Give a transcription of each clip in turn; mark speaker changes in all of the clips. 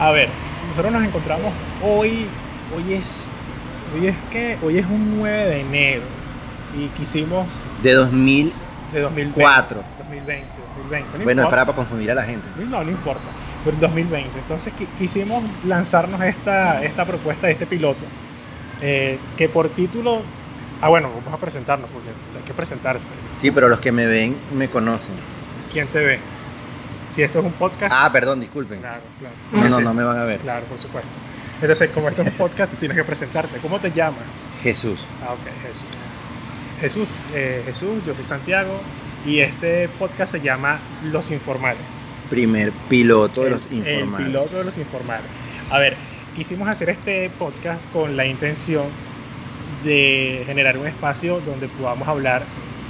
Speaker 1: A ver, nosotros nos encontramos hoy, hoy es, hoy es que, hoy es un 9 de enero y quisimos
Speaker 2: De 2000.
Speaker 1: de 2020.
Speaker 2: Cuatro.
Speaker 1: 2020, 2020. No
Speaker 2: Bueno, es
Speaker 1: importa.
Speaker 2: para, para confundir a la gente.
Speaker 1: No, no importa. Pero en 2020. Entonces qui- quisimos lanzarnos esta, esta propuesta de este piloto. eh, que por título. Ah, bueno, vamos a presentarnos porque hay que presentarse.
Speaker 2: Sí, pero los que me ven me conocen.
Speaker 1: ¿Quién te ve? Si esto es un podcast.
Speaker 2: Ah, perdón, disculpen.
Speaker 1: claro, claro.
Speaker 2: No, no,
Speaker 1: Sí,
Speaker 2: no me van a ver.
Speaker 1: Claro, por supuesto. Entonces, como esto es un podcast, tú tienes que presentarte. ¿Cómo te llamas?
Speaker 2: Jesús.
Speaker 1: Ah, ok, Jesús. Jesús, eh, Jesús, yo soy Santiago y este podcast se llama Los Informales.
Speaker 2: Primer piloto de
Speaker 1: El-
Speaker 2: los informales.
Speaker 1: El piloto de los informales. A ver, quisimos hacer este podcast con la intención de generar un espacio donde podamos hablar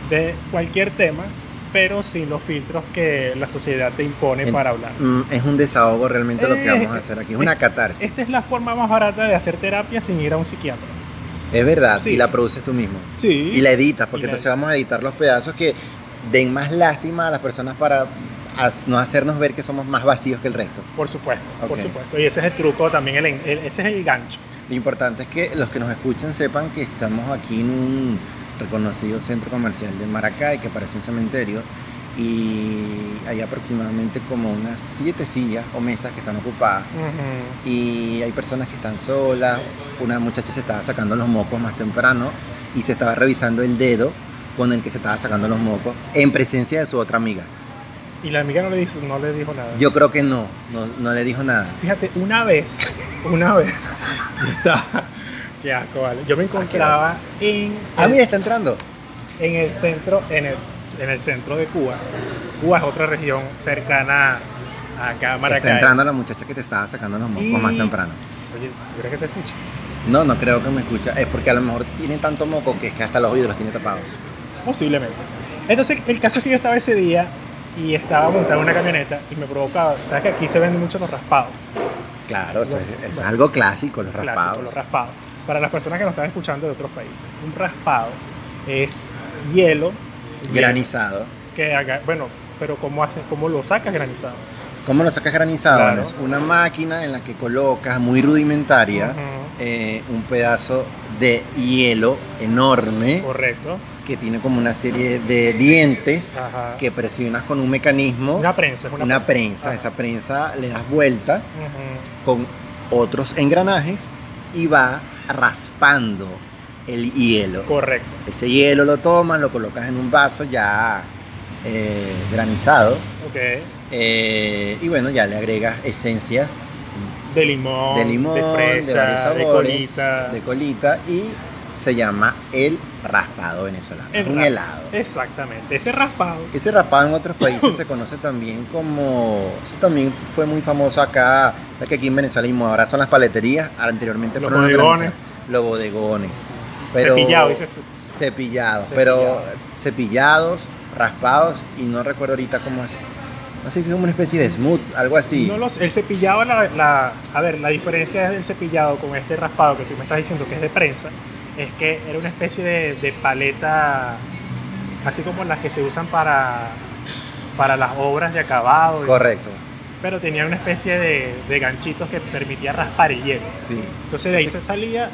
Speaker 1: de cualquier tema, pero sin los filtros que la sociedad te impone
Speaker 2: En-
Speaker 1: para hablar.
Speaker 2: Mm, es un desahogo realmente lo que
Speaker 1: Eh,
Speaker 2: vamos a hacer aquí. Es una catarsis.
Speaker 1: Esta es la forma más barata de hacer terapia sin ir a un psiquiatra.
Speaker 2: Es verdad.
Speaker 1: Sí.
Speaker 2: Y la produces tú mismo.
Speaker 1: Sí.
Speaker 2: Y la editas, porque
Speaker 1: Y la-
Speaker 2: entonces vamos a editar los pedazos que den más lástima a las personas para as- no hacernos ver que somos más vacíos que el resto.
Speaker 1: Por supuesto, por
Speaker 2: Ok.
Speaker 1: supuesto. Y ese es el truco también, el en- el- ese es el gancho.
Speaker 2: Lo importante es que los que nos escuchan sepan que estamos aquí en un reconocido centro comercial de Maracay, que parece un cementerio, y hay aproximadamente como unas siete sillas o mesas que están ocupadas.
Speaker 1: Ujú.
Speaker 2: Y hay personas que están solas, una muchacha se estaba sacando los mocos más temprano y se estaba revisando el dedo con el que se estaba sacando los mocos en presencia de su otra amiga.
Speaker 1: Y la amiga no le, dijo, no le dijo nada.
Speaker 2: Yo creo que no, no, no le dijo nada.
Speaker 1: Fíjate, una vez, una vez, yo estaba, qué asco, vale. Yo me encontraba en,
Speaker 2: Ah, mira,
Speaker 1: el,
Speaker 2: está entrando.
Speaker 1: en el centro, en el, en el centro de Cuba. Cuba es otra región cercana a acá a Maracay.
Speaker 2: Está entrando la muchacha que te estaba sacando los mocos más
Speaker 1: Y-
Speaker 2: temprano.
Speaker 1: Oye, ¿tú crees que te escucha?
Speaker 2: No, no creo que me escucha. Es porque a lo mejor tiene tanto moco que es que hasta los oídos los tiene tapados.
Speaker 1: Posiblemente. Entonces, el caso es que yo estaba ese día y estaba montado en una camioneta y me provocaba, sabes que aquí se venden mucho los raspados,
Speaker 2: Claro, eso, es, eso es
Speaker 1: Bueno.
Speaker 2: algo clásico, los
Speaker 1: Clásico,
Speaker 2: raspados.
Speaker 1: los raspados. Para las personas que nos están escuchando de otros países, un raspado es hielo, hielo.
Speaker 2: Granizado.
Speaker 1: que haga, bueno, pero ¿cómo haces? ¿Cómo lo sacas granizado?
Speaker 2: ¿Cómo lo sacas granizado?
Speaker 1: Claro.
Speaker 2: Bueno, es una máquina en la que colocas muy rudimentaria
Speaker 1: Ujú,
Speaker 2: eh, un pedazo de hielo enorme
Speaker 1: Correcto.
Speaker 2: que tiene como una serie de dientes
Speaker 1: Ajá.
Speaker 2: que presionas con un mecanismo, una,
Speaker 1: Una prensa, es una,
Speaker 2: prensa.
Speaker 1: Ajá.
Speaker 2: Esa prensa le das vuelta
Speaker 1: Ujú,
Speaker 2: con otros engranajes y va raspando el hielo.
Speaker 1: Correcto.
Speaker 2: Ese hielo lo tomas, lo colocas en un vaso ya eh, granizado.
Speaker 1: Ok.
Speaker 2: eh, y bueno, ya le agregas esencias
Speaker 1: De limón,
Speaker 2: de limón,
Speaker 1: de
Speaker 2: de
Speaker 1: fresa, de,
Speaker 2: varios sabores,
Speaker 1: colita.
Speaker 2: de colita, y se llama el raspado venezolano.
Speaker 1: El
Speaker 2: es un
Speaker 1: ra-
Speaker 2: helado.
Speaker 1: Exactamente. Ese raspado.
Speaker 2: Ese raspado en otros países se conoce también como. Eso también fue muy famoso acá. Ya que aquí en Venezuela y ahora son las paleterías. Anteriormente
Speaker 1: Los
Speaker 2: fueron las
Speaker 1: bodegones.
Speaker 2: granizadas. Los bodegones. Pero,
Speaker 1: Cepillado, dices tú.
Speaker 2: Cepillados,
Speaker 1: Cepillado.
Speaker 2: pero cepillados, raspados y no recuerdo ahorita cómo es. Así que es como una especie de smooth, algo así.
Speaker 1: No los, el cepillado, la, la- a ver, la diferencia del cepillado con este raspado que tú me estás diciendo que es de prensa, es que era una especie de, de paleta, así como las que se usan para, para las obras de acabado. y-
Speaker 2: Correcto,
Speaker 1: pero tenía una especie de, de ganchitos que permitía raspar el hielo.
Speaker 2: sí.
Speaker 1: Entonces de ahí se salía.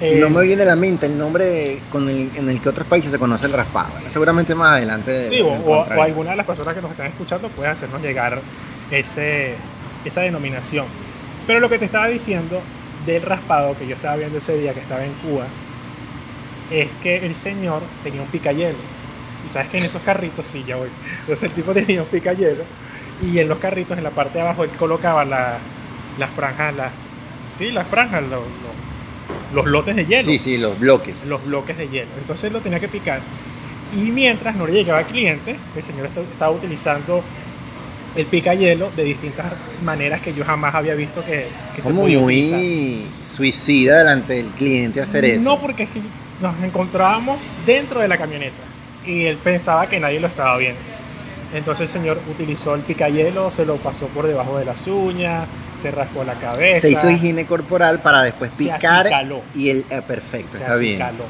Speaker 1: eh,
Speaker 2: no me viene a la mente el nombre con el, en el que otros países se conoce el raspado. Seguramente más adelante.
Speaker 1: Sí, o,
Speaker 2: lo
Speaker 1: o- o
Speaker 2: encontraremos.
Speaker 1: alguna de las personas que nos están escuchando puede hacernos llegar ese, esa denominación. Pero lo que te estaba diciendo del raspado que yo estaba viendo ese día que estaba en Cuba es que el señor tenía un picayelo. Y sabes que en esos carritos, sí, ya voy. Entonces el tipo tenía un picayelo y en los carritos, en la parte de abajo, él colocaba la- las franjas, las, sí, las franjas, los, los- los lotes de hielo
Speaker 2: Sí, sí, los bloques.
Speaker 1: los bloques de hielo. Entonces lo tenía que picar. Y mientras no le llegaba al cliente, el señor est- estaba utilizando el pica hielo de distintas maneras que yo jamás había visto que, que se
Speaker 2: como
Speaker 1: podía
Speaker 2: muy
Speaker 1: utilizar.
Speaker 2: suicida delante del cliente hacer eso.
Speaker 1: No, porque es que nos encontrábamos dentro de la camioneta y él pensaba que nadie lo estaba viendo. Entonces el señor utilizó el picayelo, se lo pasó por debajo de las uñas, se raspó la cabeza.
Speaker 2: se hizo higiene corporal para después
Speaker 1: Se
Speaker 2: picar
Speaker 1: acicaló.
Speaker 2: y el eh, perfecto,
Speaker 1: se
Speaker 2: está bien.
Speaker 1: acicaló.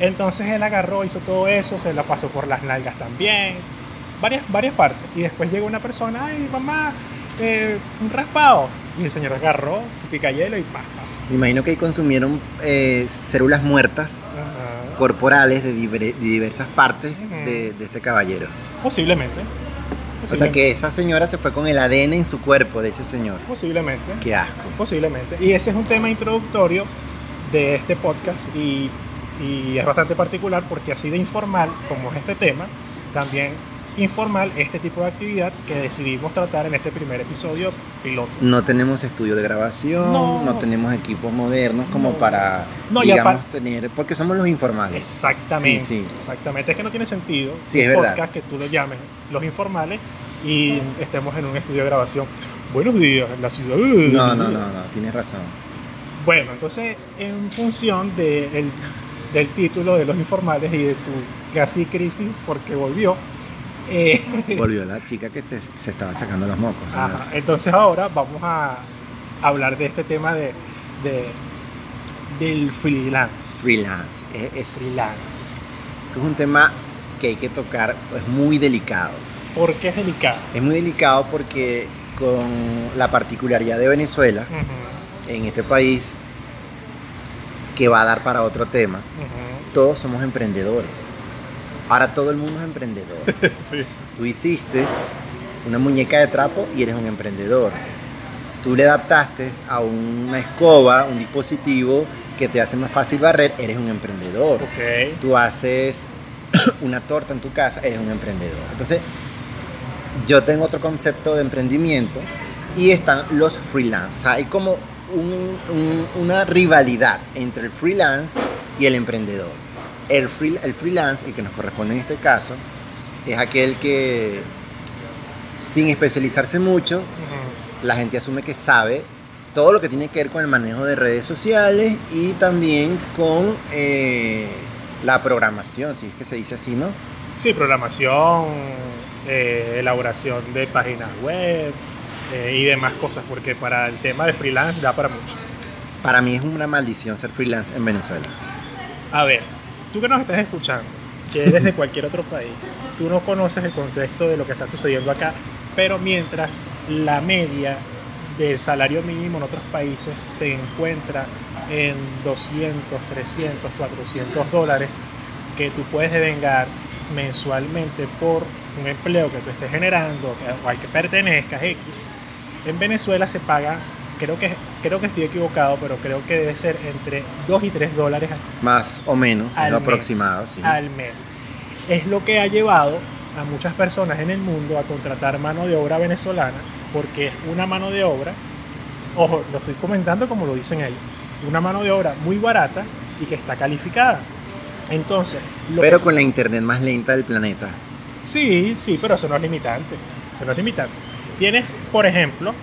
Speaker 1: Entonces él agarró, hizo todo eso, se la pasó por las nalgas también, varias, varias partes. Y después llegó una persona, ay mamá, eh, un raspado. Y el señor agarró su picayelo y pa.
Speaker 2: Me imagino que ahí consumieron eh, células muertas
Speaker 1: Ajá.
Speaker 2: corporales de, diver- de diversas partes
Speaker 1: Ujú.
Speaker 2: de, de este caballero.
Speaker 1: Posiblemente.
Speaker 2: O sea
Speaker 1: Posiblemente.
Speaker 2: que esa señora se fue con el ADN en su cuerpo de ese señor.
Speaker 1: Posiblemente.
Speaker 2: Qué asco.
Speaker 1: Posiblemente. Y ese es un tema introductorio de este podcast y, y es bastante particular porque así de informal como es este tema, también informal este tipo de actividad que decidimos tratar en este primer episodio piloto.
Speaker 2: No tenemos estudio de grabación,
Speaker 1: No.
Speaker 2: no, tenemos equipos modernos como
Speaker 1: No.
Speaker 2: para,
Speaker 1: No, y
Speaker 2: digamos,
Speaker 1: apar-
Speaker 2: tener, porque somos los informales.
Speaker 1: Exactamente.
Speaker 2: Sí, sí.
Speaker 1: Exactamente. Es que no tiene sentido
Speaker 2: Sí, es
Speaker 1: un
Speaker 2: verdad.
Speaker 1: podcast que tú lo llames los informales y estemos en un estudio de grabación. Buenos días, en la ciudad.
Speaker 2: No, no, no, no, tienes razón.
Speaker 1: Bueno, entonces, en función de el- del título de los informales y de tu casi crisis, porque volvió, eh,
Speaker 2: Volvió la chica que te- se estaba sacando los mocos. ¿no?
Speaker 1: ajá, entonces ahora vamos a hablar de este tema de, de- del freelance.
Speaker 2: Freelance. Es, es-
Speaker 1: Freelance.
Speaker 2: es un tema que hay que tocar, es muy delicado.
Speaker 1: Porque es delicado.
Speaker 2: Es muy delicado porque con la particularidad de Venezuela,
Speaker 1: Ujú,
Speaker 2: en este país, que va a dar para otro tema,
Speaker 1: ujú.
Speaker 2: todos somos emprendedores. Ahora todo el mundo es emprendedor.
Speaker 1: Sí.
Speaker 2: Tú hiciste una muñeca de trapo y eres un emprendedor. Tú le adaptaste a una escoba, un dispositivo que te hace más fácil barrer, eres un emprendedor.
Speaker 1: Ok.
Speaker 2: Tú haces una torta en tu casa, eres un emprendedor. Entonces, yo tengo otro concepto de emprendimiento y están los freelance. O sea, hay como un- un- una rivalidad entre el freelance y el emprendedor. El, freel- el freelance, el que nos corresponde en este caso, es aquel que sin especializarse mucho,
Speaker 1: Ujú.
Speaker 2: la gente asume que sabe todo lo que tiene que ver con el manejo de redes sociales y también con eh, la programación, si es que se dice así, ¿no?
Speaker 1: Sí, programación, eh, elaboración de páginas web eh, y demás cosas, porque para el tema de freelance da para mucho.
Speaker 2: Para mí es una maldición ser freelance en Venezuela.
Speaker 1: A ver, tú que nos estás escuchando, que eres de cualquier otro país, tú no conoces el contexto de lo que está sucediendo acá, pero mientras la media del salario mínimo en otros países se encuentra en 200, 300, 400 dólares que tú puedes devengar mensualmente por un empleo que tú estés generando que- o al que pertenezcas X, en Venezuela se paga, creo que, creo que estoy equivocado, pero creo que debe ser entre 2 y 3 dólares
Speaker 2: Más o menos, es
Speaker 1: al
Speaker 2: lo
Speaker 1: mes,
Speaker 2: aproximado, sí.
Speaker 1: al mes. Es lo que ha llevado a muchas personas en el mundo a contratar mano de obra venezolana porque es una mano de obra, ojo, lo estoy comentando como lo dicen ellos, una mano de obra muy barata y que está calificada. Entonces, lo
Speaker 2: Pero
Speaker 1: que-
Speaker 2: con la internet más lenta del planeta.
Speaker 1: Sí, sí, pero eso no es limitante. Eso no es limitante. Tienes, por ejemplo,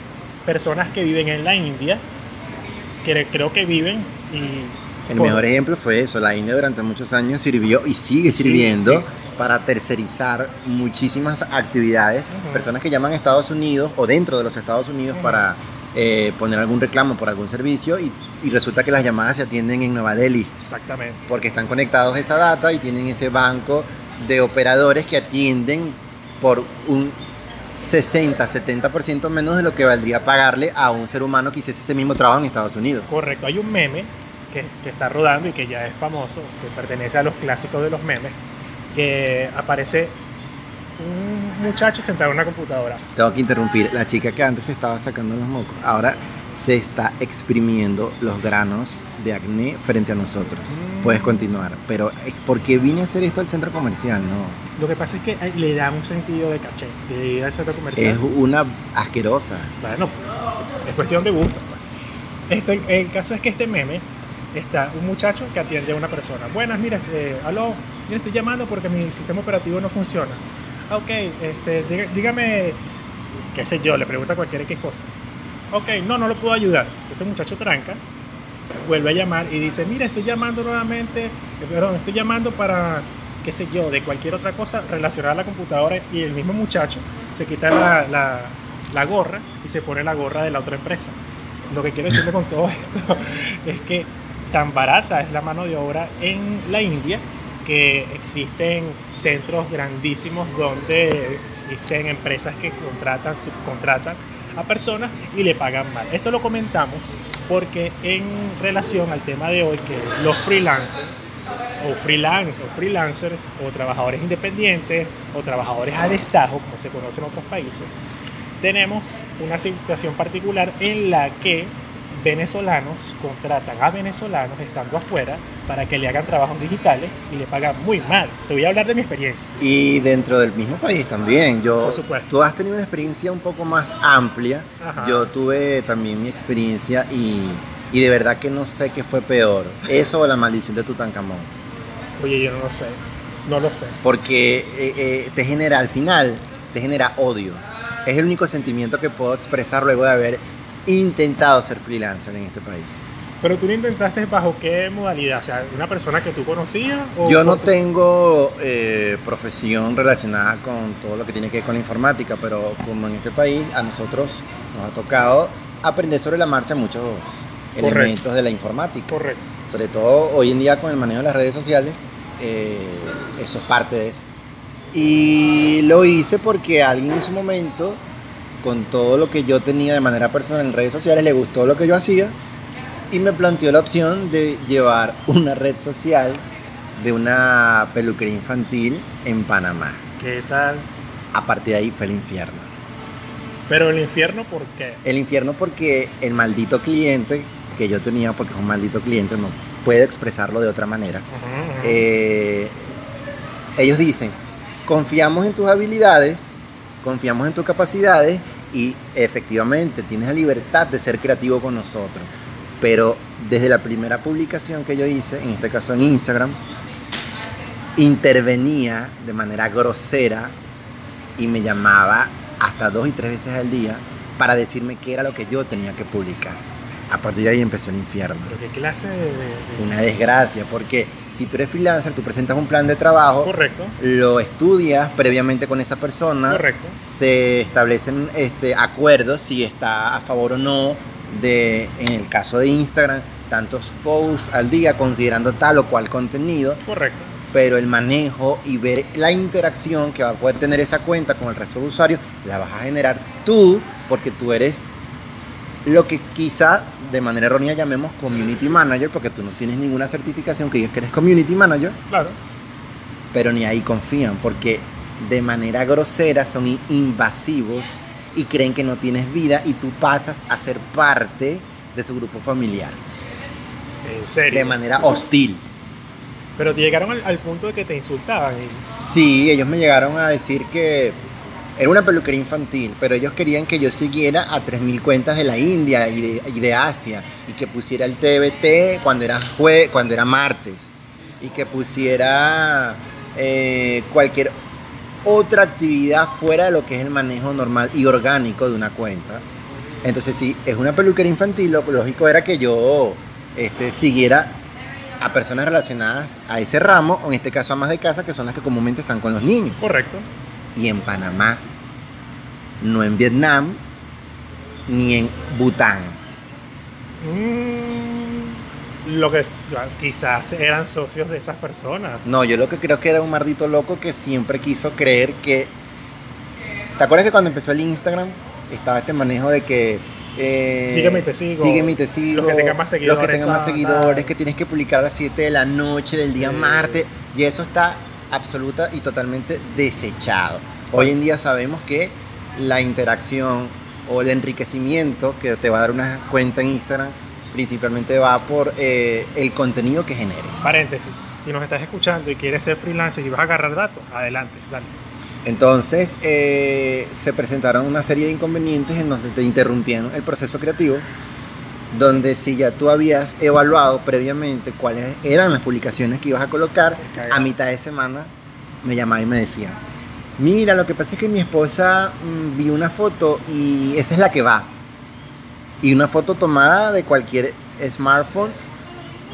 Speaker 1: personas que viven en la India, que creo que viven y...
Speaker 2: El
Speaker 1: por-
Speaker 2: mejor ejemplo fue eso. La India durante muchos años sirvió y sigue
Speaker 1: Sí,
Speaker 2: sirviendo
Speaker 1: sí.
Speaker 2: para tercerizar muchísimas actividades.
Speaker 1: Ujú.
Speaker 2: Personas que llaman a Estados Unidos o dentro de los Estados Unidos
Speaker 1: Ujú.
Speaker 2: para eh, poner algún reclamo por algún servicio y, y resulta que las llamadas se atienden en Nueva Delhi
Speaker 1: Exactamente.
Speaker 2: porque están conectados a esa data y tienen ese banco de operadores que atienden por un 60-70% menos de lo que valdría pagarle a un ser humano que hiciese ese mismo trabajo en Estados Unidos.
Speaker 1: Correcto, hay un meme que, que está rodando y que ya es famoso, que pertenece a los clásicos de los memes, que aparece un muchacho sentado en una computadora.
Speaker 2: Tengo que interrumpir. La chica que antes se estaba sacando los mocos, ahora se está exprimiendo los granos de acné frente a nosotros.
Speaker 1: Mm.
Speaker 2: Puedes continuar. Pero eh, ¿por qué vine a hacer esto al centro comercial? No.
Speaker 1: Lo que pasa es que le da un sentido de caché, de ir al centro comercial.
Speaker 2: Es una asquerosa.
Speaker 1: Bueno, es cuestión de gusto. pues. Esto, el, el caso es que este meme está un muchacho que atiende a una persona. Buenas, mira, este, aló, yo estoy llamando porque mi sistema operativo no funciona. "Ah, Ok, este, dí- dígame, qué sé yo, le pregunta cualquier X cosa. Ok, no, no lo puedo ayudar. Entonces el muchacho tranca, vuelve a llamar y dice, mira, estoy llamando nuevamente, eh, perdón, estoy llamando para, qué sé yo, de cualquier otra cosa relacionada a la computadora y el mismo muchacho se quita la, la- la gorra y se pone la gorra de la otra empresa. Lo que quiero decirle con todo esto es que tan barata es la mano de obra en la India que existen centros grandísimos donde existen empresas que contratan, subcontratan a personas y le pagan mal. Esto lo comentamos porque en relación al tema de hoy, que es los freelancers, o freelance, o freelancer, o trabajadores independientes, o trabajadores a destajo, como se conoce en otros países, tenemos una situación particular en la que venezolanos contratan a venezolanos estando afuera para que le hagan trabajos digitales y le pagan muy mal. Te voy a hablar de mi experiencia.
Speaker 2: Y dentro del mismo país también. Yo,
Speaker 1: Por supuesto.
Speaker 2: Tú has tenido una experiencia un poco más amplia.
Speaker 1: Ajá.
Speaker 2: Yo tuve también mi experiencia y, y de verdad que no sé qué fue peor. Eso o la maldición de Tutankamón.
Speaker 1: Oye, yo no lo sé, no lo sé.
Speaker 2: Porque eh, eh, te genera, al final, te genera odio. Es el único sentimiento que puedo expresar luego de haber intentado ser freelancer en este país.
Speaker 1: Pero tú lo intentaste bajo qué modalidad, o sea, una persona que tú conocías o
Speaker 2: Yo no
Speaker 1: por tu-
Speaker 2: tengo eh, profesión relacionada con todo lo que tiene que ver con la informática, pero como en este país a nosotros nos ha tocado aprender sobre la marcha muchos
Speaker 1: Correcto.
Speaker 2: elementos de la informática.
Speaker 1: correcto.
Speaker 2: Sobre todo hoy en día con el manejo de las redes sociales, eh, eso es parte de eso. Y lo hice porque alguien en su momento, con todo lo que yo tenía de manera personal en redes sociales, le gustó lo que yo hacía y me planteó la opción de llevar una red social de una peluquería infantil en Panamá.
Speaker 1: ¿Qué tal?
Speaker 2: A partir de ahí fue el infierno.
Speaker 1: Pero el infierno, ¿por qué?
Speaker 2: El infierno porque el maldito cliente que yo tenía, porque es un maldito cliente, no puedo expresarlo de otra manera.
Speaker 1: Ujú, ujú.
Speaker 2: Eh, ellos dicen, confiamos en tus habilidades, confiamos en tus capacidades y efectivamente tienes la libertad de ser creativo con nosotros. Pero desde la primera publicación que yo hice, en este caso en Instagram, intervenía de manera grosera y me llamaba hasta dos y tres veces al día para decirme qué era lo que yo tenía que publicar. A partir de ahí empezó el infierno
Speaker 1: Pero qué clase de... de- de-
Speaker 2: una desgracia, porque si tú eres freelancer, tú presentas un plan de trabajo,
Speaker 1: Correcto,
Speaker 2: lo estudias previamente con esa persona,
Speaker 1: correcto.
Speaker 2: se establecen este, acuerdos si está a favor o no de, en el caso de Instagram, tantos posts al día considerando tal o cual contenido,
Speaker 1: Correcto.
Speaker 2: pero el manejo y ver la interacción que va a poder tener esa cuenta con el resto de usuarios, la vas a generar tú, porque tú eres lo que quizá de manera errónea llamemos community manager, porque tú no tienes ninguna certificación que digas que eres community manager,
Speaker 1: Claro.
Speaker 2: pero ni ahí confían, porque de manera grosera son in- invasivos y creen que no tienes vida y tú pasas a ser parte de su grupo familiar,
Speaker 1: En serio.
Speaker 2: de manera hostil.
Speaker 1: Pero te llegaron al, al punto de que te insultaban. y-
Speaker 2: Sí, ellos me llegaron a decir que era una peluquería infantil, pero ellos querían que yo siguiera a 3.000 cuentas de la India y de, y de Asia, y que pusiera el TBT cuando era, jue- cuando era martes, y que pusiera eh, cualquier otra actividad fuera de lo que es el manejo normal y orgánico de una cuenta. Entonces, si es una peluquería infantil, lo lógico era que yo este, siguiera a personas relacionadas a ese ramo, o en este caso amas de casa, que son las que comúnmente están con los niños.
Speaker 1: Correcto.
Speaker 2: Y en Panamá, no en Vietnam, ni en Bután.
Speaker 1: Mm, lo que es- quizás eran socios de esas personas.
Speaker 2: No, yo lo que creo que era un mardito loco que siempre quiso creer que... ¿Te acuerdas que cuando empezó el Instagram estaba este manejo de que... eh,
Speaker 1: Sígueme y te sigo.
Speaker 2: Sígueme y te sigo.
Speaker 1: Los que tengan más
Speaker 2: Los que
Speaker 1: seguidores,
Speaker 2: tengan más
Speaker 1: ah,
Speaker 2: seguidores,
Speaker 1: tal.
Speaker 2: que tienes que publicar a las 7 de la noche del día
Speaker 1: Sí.
Speaker 2: martes. Y eso está absoluta y totalmente desechado. Hoy en día sabemos que la interacción o el enriquecimiento que te va a dar una cuenta en Instagram principalmente va por eh, el contenido que generes.
Speaker 1: Paréntesis. Si nos estás escuchando y quieres ser freelancer y vas a agarrar datos, adelante, dale.
Speaker 2: Entonces eh, se presentaron una serie de inconvenientes en donde te interrumpieron el proceso creativo, donde si ya tú habías evaluado previamente cuáles eran las publicaciones que ibas a colocar, a mitad de semana me llamaba y me decía, mira, lo que pasa es que mi esposa mm, vio una foto y esa es la que va. Y una foto tomada de cualquier smartphone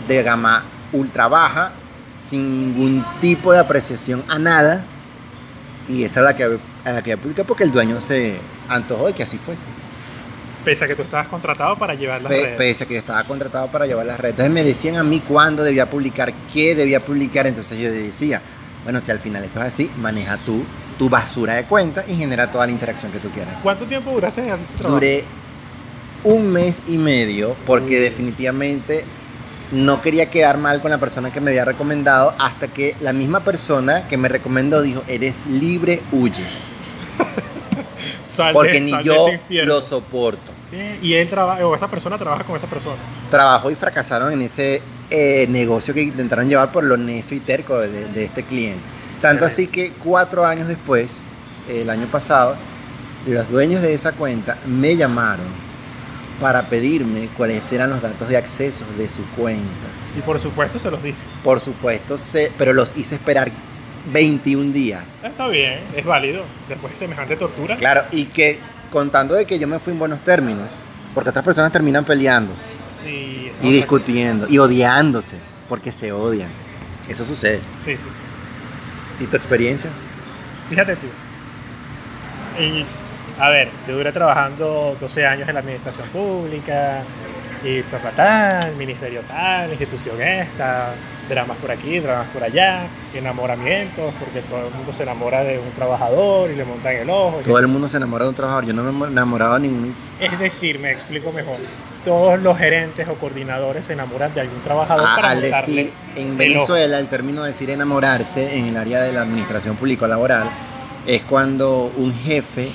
Speaker 2: de gama ultra baja, sin ningún tipo de apreciación a nada. Y esa es la que, a la que publica porque el dueño se antojó de que así fuese.
Speaker 1: Pese a que tú estabas contratado para llevar las
Speaker 2: Pe-
Speaker 1: redes.
Speaker 2: pese a que yo estaba contratado para llevar las redes. Entonces me decían a mí cuándo debía publicar, qué debía publicar. Entonces yo decía, bueno, si al final esto es así, maneja tú tu basura de cuenta y genera toda la interacción que tú quieras.
Speaker 1: ¿Cuánto tiempo duraste en hacer ese trabajo?
Speaker 2: Duré un mes y medio
Speaker 1: Uy.
Speaker 2: porque definitivamente no quería quedar mal con la persona que me había recomendado hasta que la misma persona que me recomendó dijo, eres libre, huye.
Speaker 1: Sal de-
Speaker 2: Porque ni
Speaker 1: sal de
Speaker 2: yo
Speaker 1: ese infierno.
Speaker 2: lo soporto.
Speaker 1: Eh, Y él trabaja, o esa persona trabaja con esa persona.
Speaker 2: Trabajó y fracasaron en ese eh, negocio que intentaron llevar por lo necio y terco de, de este cliente. Tanto así que cuatro años después, el año pasado, los dueños de esa cuenta me llamaron para pedirme cuáles eran los datos de acceso de su cuenta.
Speaker 1: Y por supuesto se los diste.
Speaker 2: Por supuesto, se- pero los hice esperar 21 días.
Speaker 1: Está bien, es válido. Después de semejante tortura.
Speaker 2: Claro, y que contando de que yo me fui en buenos términos, porque otras personas terminan peleando
Speaker 1: Sí, eso
Speaker 2: y
Speaker 1: no-
Speaker 2: discutiendo y odiándose, porque se odian. Eso sucede.
Speaker 1: Sí, sí, sí.
Speaker 2: ¿Y tu experiencia?
Speaker 1: Fíjate tú. Y, a ver, yo duré trabajando 12 años en la administración pública, y esto es tal, ministerio tal, institución esta, dramas por aquí, dramas por allá, enamoramientos, porque todo el mundo se enamora de un trabajador y le montan el ojo.
Speaker 2: Todo el mundo se enamora de un trabajador. Yo no me he enamorado de ningún.
Speaker 1: Es decir, me explico mejor, todos los gerentes o coordinadores se enamoran de algún trabajador
Speaker 2: Ah,
Speaker 1: para
Speaker 2: al
Speaker 1: montarle
Speaker 2: decir, en
Speaker 1: el ojo.
Speaker 2: Venezuela, el término de decir enamorarse en el área de la administración público-laboral es cuando un jefe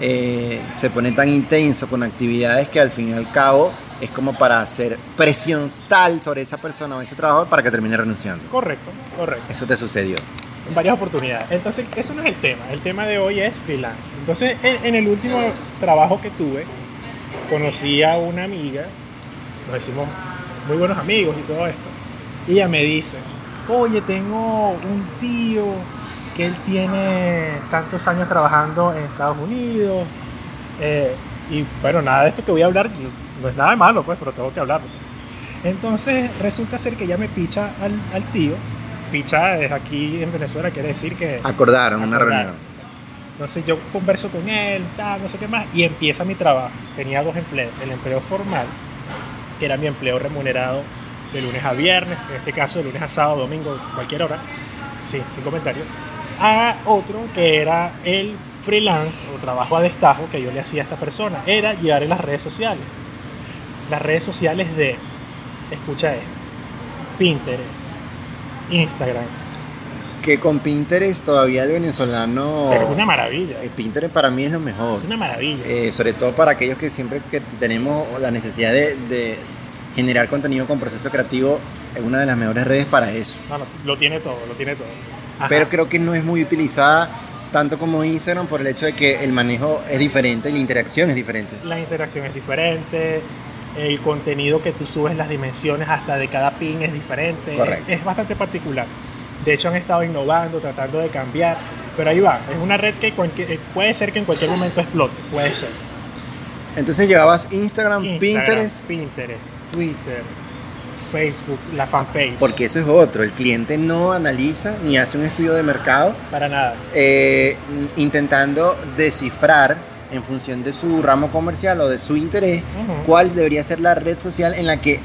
Speaker 2: eh, se pone tan intenso con actividades que al fin y al cabo es como para hacer presión tal sobre esa persona o ese trabajador para que termine renunciando.
Speaker 1: Correcto, correcto.
Speaker 2: Eso te sucedió.
Speaker 1: en varias oportunidades. Entonces, eso no es el tema. El tema de hoy es freelance. Entonces, en, en el último trabajo que tuve, conocí a una amiga, nos hicimos muy buenos amigos y todo esto. Y ella me dice, oye, tengo un tío que él tiene tantos años trabajando en Estados Unidos. eh, y bueno, nada de esto que voy a hablar yo- no es nada de malo, pues, pero tengo que hablarlo. Entonces, resulta ser que ella me picha al, al tío. Picha es aquí en Venezuela, quiere decir que...
Speaker 2: Acordaron una
Speaker 1: Acordar,
Speaker 2: reunión.
Speaker 1: exacto. Entonces yo converso con él, tal, no sé qué más, y empieza mi trabajo. Tenía dos empleos, el empleo formal, que era mi empleo remunerado de lunes a viernes, en este caso de lunes a sábado, domingo, cualquier hora, sí, sin comentarios, a otro que era el freelance o trabajo a destajo que yo le hacía a esta persona, era llevar en las redes sociales. Las redes sociales de, escucha esto, Pinterest, Instagram,
Speaker 2: Que con Pinterest todavía el venezolano.
Speaker 1: pero es una maravilla.
Speaker 2: Oh. Eh, Pinterest para mí es lo mejor.
Speaker 1: Es una maravilla.
Speaker 2: Eh, sobre todo para aquellos que siempre que tenemos la necesidad de, de generar contenido con proceso creativo, es una de las mejores redes para eso.
Speaker 1: No, no, lo tiene todo, lo tiene todo. Ajá.
Speaker 2: Pero creo que no es muy utilizada tanto como Instagram por el hecho de que el manejo es diferente y la interacción es diferente.
Speaker 1: la interacción es diferente, el contenido que tú subes, las dimensiones hasta de cada pin es diferente.
Speaker 2: Correcto.
Speaker 1: Es, es bastante particular. De hecho, han estado innovando, tratando de cambiar. Pero ahí va, es una red que cualquier- eh, puede ser que en cualquier momento explote, puede ser.
Speaker 2: Entonces llevabas Instagram,
Speaker 1: Instagram,
Speaker 2: Pinterest,
Speaker 1: Pinterest, Twitter, Facebook, la fanpage.
Speaker 2: porque eso es otro. El cliente no analiza ni hace un estudio de mercado
Speaker 1: Para nada.
Speaker 2: eh, intentando descifrar en función de su ramo comercial o de su interés
Speaker 1: Ujú.
Speaker 2: cuál debería ser la red social en la que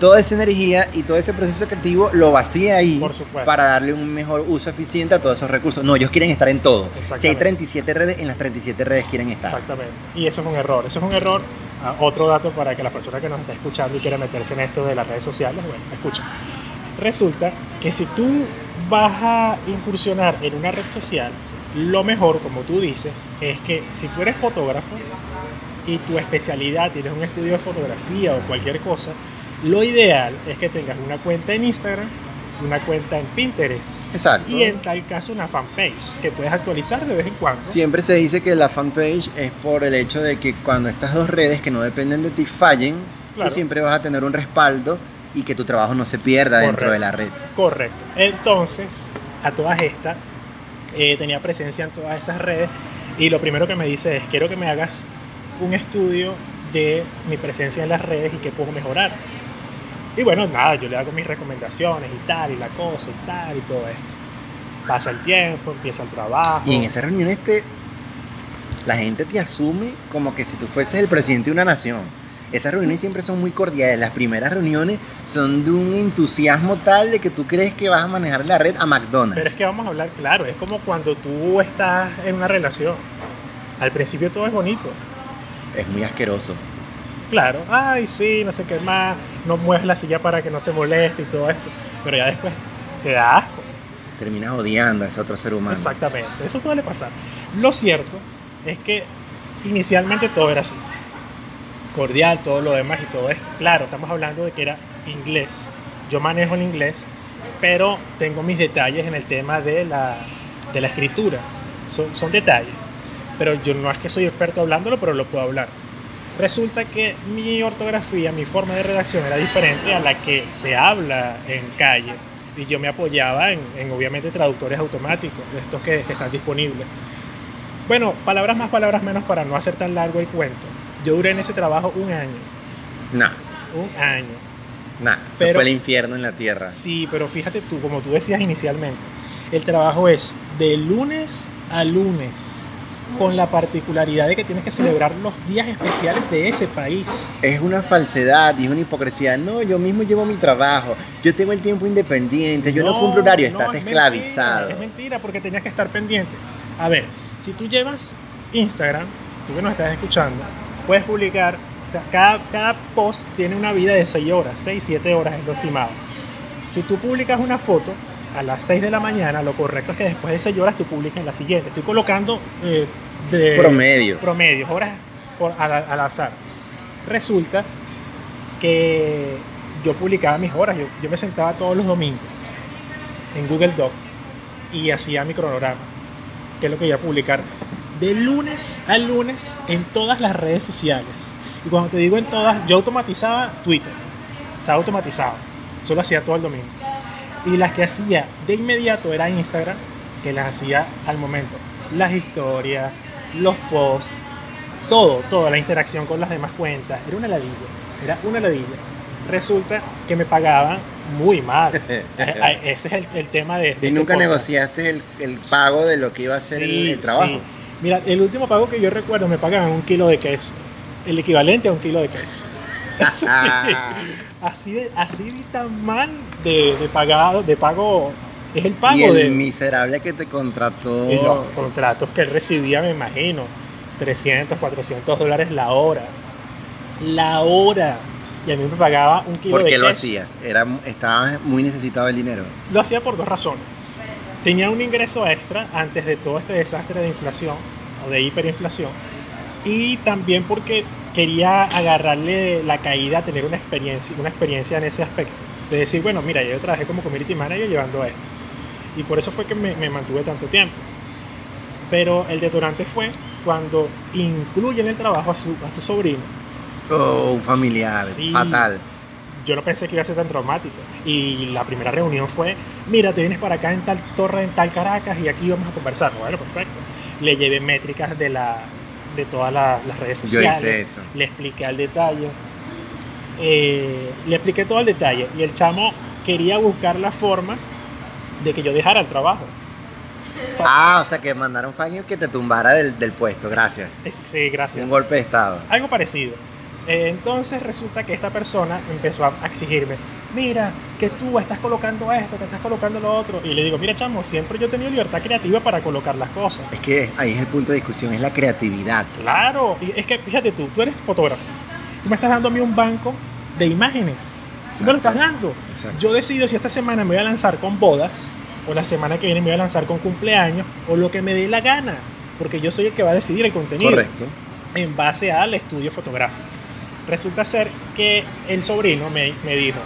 Speaker 2: toda esa energía y todo ese proceso creativo lo vacía ahí
Speaker 1: Por supuesto.
Speaker 2: para darle un mejor uso eficiente a todos esos recursos. No, ellos quieren estar en todo. Si hay
Speaker 1: Exactamente.
Speaker 2: 37 redes, en las 37 redes quieren estar.
Speaker 1: Exactamente. Y eso es un error. Eso es un error. Ah, otro dato para que la persona que nos está escuchando y quiera meterse en esto de las redes sociales, bueno, escucha. Resulta que si tú vas a incursionar en una red social, lo mejor, como tú dices, es que si tú eres fotógrafo y tu especialidad tienes un estudio de fotografía o cualquier cosa, lo ideal es que tengas una cuenta en Instagram, una cuenta en Pinterest
Speaker 2: Exacto.
Speaker 1: y en tal caso una fanpage que puedes actualizar de vez en cuando.
Speaker 2: Siempre se dice que la fanpage es por el hecho de que cuando estas dos redes que no dependen de ti fallen,
Speaker 1: Claro.
Speaker 2: tú siempre vas a tener un respaldo y que tu trabajo no se pierda dentro
Speaker 1: Correcto.
Speaker 2: de la red.
Speaker 1: Correcto. Entonces, a todas estas, eh, tenía presencia en todas esas redes y lo primero que me dice es, quiero que me hagas un estudio de mi presencia en las redes y qué puedo mejorar. Y bueno, nada, yo le hago mis recomendaciones y tal, y la cosa y tal, y todo esto. Pasa el tiempo, empieza el trabajo.
Speaker 2: Y en este, esas reuniones te, la gente te asume como que si tú fueses el presidente de una nación. Esas reuniones siempre son muy cordiales. Las primeras reuniones son de un entusiasmo tal de que tú crees que vas a manejar la red a McDonald's.
Speaker 1: Pero es que vamos a hablar claro, es como cuando tú estás en una relación. Al principio todo es bonito.
Speaker 2: Es muy asqueroso.
Speaker 1: Claro, ay, sí, no sé qué más, no mueves la silla para que no se moleste y todo esto. Pero ya después te da asco.
Speaker 2: Terminas odiando a ese otro ser humano.
Speaker 1: Exactamente, eso puede pasar. Lo cierto es que inicialmente todo era así. Cordial, todo lo demás y todo esto. Claro, estamos hablando de que era inglés. Yo manejo el inglés, pero tengo mis detalles en el tema de la, de la escritura. Son, son detalles. Pero yo no es que soy experto hablándolo, pero lo puedo hablar. Resulta que mi ortografía, mi forma de redacción era diferente a la que se habla en calle. Y yo me apoyaba en, en obviamente, traductores automáticos, de estos que, que están disponibles. Bueno, palabras más, palabras menos para no hacer tan largo el cuento. Yo duré en ese trabajo un año.
Speaker 2: No,
Speaker 1: Un año.
Speaker 2: no.
Speaker 1: Pero-
Speaker 2: fue el infierno en la tierra.
Speaker 1: Sí, pero fíjate tú, como tú decías inicialmente, el trabajo es de lunes a lunes, con la particularidad de que tienes que celebrar los días especiales de ese país.
Speaker 2: Es una falsedad y es una hipocresía. No, yo mismo llevo mi trabajo. Yo tengo el tiempo independiente. Yo no, cumplo horario.
Speaker 1: no,
Speaker 2: Estás
Speaker 1: es mentira,
Speaker 2: esclavizado.
Speaker 1: es mentira, porque tenías que estar pendiente. A ver, si tú llevas Instagram, tú que nos estás escuchando, puedes publicar, o sea, cada, cada post tiene una vida de 6 horas, 6, 7 horas es lo estimado. Si tú publicas una foto a las 6 de la mañana, lo correcto es que después de 6 horas tú publiques la siguiente. Estoy colocando eh, de
Speaker 2: Promedio.
Speaker 1: promedios, horas por- al, al azar. Resulta que yo publicaba mis horas, yo, yo me sentaba todos los domingos en Google Doc y hacía mi cronograma, que es lo que iba a publicar de lunes a lunes en todas las redes sociales. Y cuando te digo en todas, yo automatizaba Twitter, estaba automatizado, solo hacía todo el domingo. Y las que hacía de inmediato era Instagram, que las hacía al momento. Las historias, los posts, todo, toda la interacción con las demás cuentas. Era una ladilla, era una ladilla. Resulta que me pagaban muy mal. Eh, eh, Ese es el, el tema de... de
Speaker 2: Y
Speaker 1: este
Speaker 2: nunca
Speaker 1: podcast.
Speaker 2: negociaste el, el pago de lo que iba a ser el-
Speaker 1: Sí,
Speaker 2: el, trabajo.
Speaker 1: sí. Mira, el último pago que yo recuerdo me pagaban un kilo de queso. El equivalente a un kilo de queso.
Speaker 2: Ah,
Speaker 1: Así de, así de tan mal de, de pagado, de pago. Es el pago
Speaker 2: y el
Speaker 1: de,
Speaker 2: miserable que te contrató.
Speaker 1: de los contratos que él recibía, me imagino. 300, 400 dólares la hora. La hora. Y a mí me pagaba un kilo
Speaker 2: ¿Por
Speaker 1: de
Speaker 2: qué
Speaker 1: queso.
Speaker 2: lo hacías? Era, estabas muy necesitado del dinero.
Speaker 1: Lo hacía por dos razones. Tenía un ingreso extra antes de todo este desastre de inflación o de hiperinflación. Y también porque quería agarrarle la caída, tener una experiencia, una experiencia en ese aspecto. De decir, bueno, mira, yo trabajé como community manager llevando esto. Y por eso fue que me, me mantuve tanto tiempo. Pero el detonante fue cuando incluye en el trabajo a su, a su sobrino.
Speaker 2: Oh, un familiar,
Speaker 1: Sí.
Speaker 2: fatal.
Speaker 1: Yo no pensé que iba a ser tan traumático. Y la primera reunión fue, mira, te vienes para acá en tal torre, en tal Caracas, y aquí vamos a conversar. Bueno, perfecto. Le llevé métricas de, la, de todas la- las redes
Speaker 2: Yo
Speaker 1: sociales.
Speaker 2: hice eso.
Speaker 1: Le expliqué al detalle. Eh, le expliqué todo al detalle. Y el chamo quería buscar la forma de que yo dejara el trabajo.
Speaker 2: Ah, o sea que mandaron fallo que te tumbara del, del puesto. Gracias.
Speaker 1: Es- sí, gracias.
Speaker 2: Un golpe de estado.
Speaker 1: Algo parecido. Eh, entonces resulta que esta persona empezó a a exigirme, mira, que tú estás colocando esto, que estás colocando lo otro. Y le digo, mira chamo, siempre yo he tenido libertad creativa para colocar las cosas.
Speaker 2: Es que ahí es el punto de discusión, es la creatividad.
Speaker 1: Claro, y es que fíjate tú, tú eres fotógrafo. Tú me estás dando a mí un banco de imágenes. Tú me lo estás dando.
Speaker 2: Exacto.
Speaker 1: Yo decido si esta semana me voy a lanzar con bodas, o la semana que viene me voy a lanzar con cumpleaños, o lo que me dé la gana, porque yo soy el que va a decidir el contenido.
Speaker 2: Correcto.
Speaker 1: en base al estudio fotográfico. Resulta ser que el sobrino me, me dijo,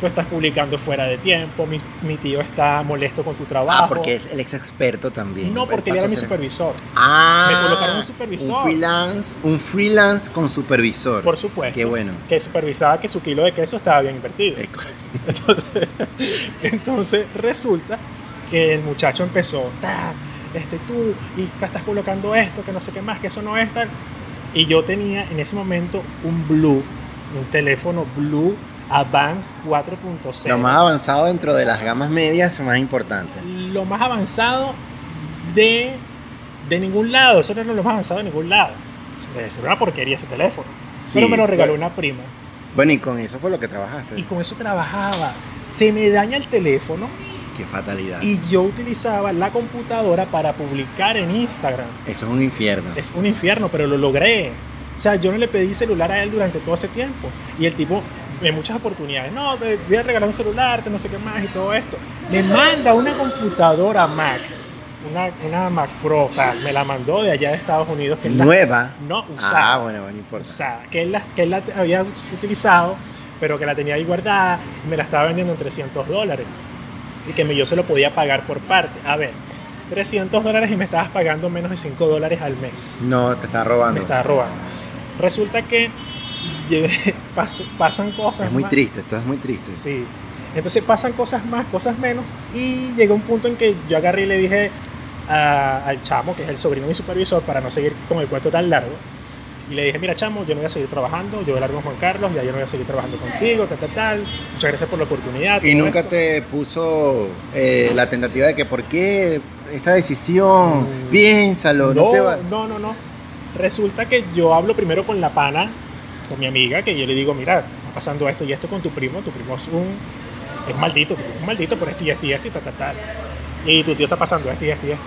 Speaker 1: tú estás publicando fuera de tiempo, mi, mi tío está molesto con tu trabajo.
Speaker 2: Ah, porque es el ex experto también. pues,
Speaker 1: No, porque él era mi
Speaker 2: Pasó a ser-
Speaker 1: supervisor,
Speaker 2: Ah,
Speaker 1: Me colocaron un supervisor.
Speaker 2: Un freelance, un freelance con supervisor.
Speaker 1: por supuesto.
Speaker 2: Qué bueno.
Speaker 1: Que supervisaba que su kilo de queso estaba bien invertido.
Speaker 2: Eh, co-
Speaker 1: Entonces, entonces, resulta que el muchacho empezó, "Ta, este tú, y que estás colocando esto, que no sé qué más, que eso no es tal. Y yo tenía en ese momento un Blue, un teléfono Blue Advance 4.0.
Speaker 2: Lo más avanzado dentro de las gamas medias, lo más importante.
Speaker 1: lo más avanzado de, de ningún lado. Eso no era lo más avanzado de ningún lado. Eso era una porquería ese teléfono. pero
Speaker 2: Sí,
Speaker 1: me lo regaló
Speaker 2: bueno.
Speaker 1: una prima.
Speaker 2: Bueno, y con eso fue lo que trabajaste.
Speaker 1: Y con eso trabajaba. Se me daña el teléfono
Speaker 2: Qué fatalidad.
Speaker 1: y yo utilizaba la computadora para publicar en Instagram.
Speaker 2: Eso es un infierno.
Speaker 1: Es un infierno, pero lo logré. O sea, yo no le pedí celular a él durante todo ese tiempo. Y el tipo, en muchas oportunidades, no, te voy a regalar un celular, te no sé qué más y todo esto. Me manda una computadora Mac, una, una Mac Pro, tal. me la mandó de allá de Estados Unidos. Que es la-
Speaker 2: Nueva.
Speaker 1: No, usada.
Speaker 2: Ah, bueno, bueno, no importa.
Speaker 1: usada, que él la, que él la había utilizado, pero que la tenía ahí guardada, y me la estaba vendiendo en 300 dólares. Y que me- yo se lo podía pagar por parte. A ver, 300 dólares y me estabas pagando menos de 5 dólares al mes.
Speaker 2: No, te está robando.
Speaker 1: Me estaba robando. Resulta que llevé- paso- pasan cosas.
Speaker 2: Es muy
Speaker 1: más.
Speaker 2: triste, esto es muy triste.
Speaker 1: Sí. Entonces pasan cosas más, cosas menos. Y llegó un punto en que yo agarré y le dije a- al chamo, que es el sobrino de mi supervisor, para no seguir con el cuento tan largo. Y le dije, mira chamo, yo no voy a seguir trabajando, yo voy a hablar con Juan Carlos, ya yo no voy a seguir trabajando contigo, tal, tal, tal. Muchas gracias por la oportunidad.
Speaker 2: Y
Speaker 1: todo
Speaker 2: nunca
Speaker 1: esto".
Speaker 2: te puso eh, la tentativa de que por qué esta decisión,
Speaker 1: Mm.
Speaker 2: piénsalo, no,
Speaker 1: No,
Speaker 2: te va.
Speaker 1: no, no, no. Resulta que yo hablo primero con la pana, con mi amiga, que yo le digo, mira, está pasando esto y esto con tu primo, tu primo es un, es maldito, tu primo es un maldito por esto y esto y esto y tal, tal, tal. Y tu tío está pasando esto y esto y esto.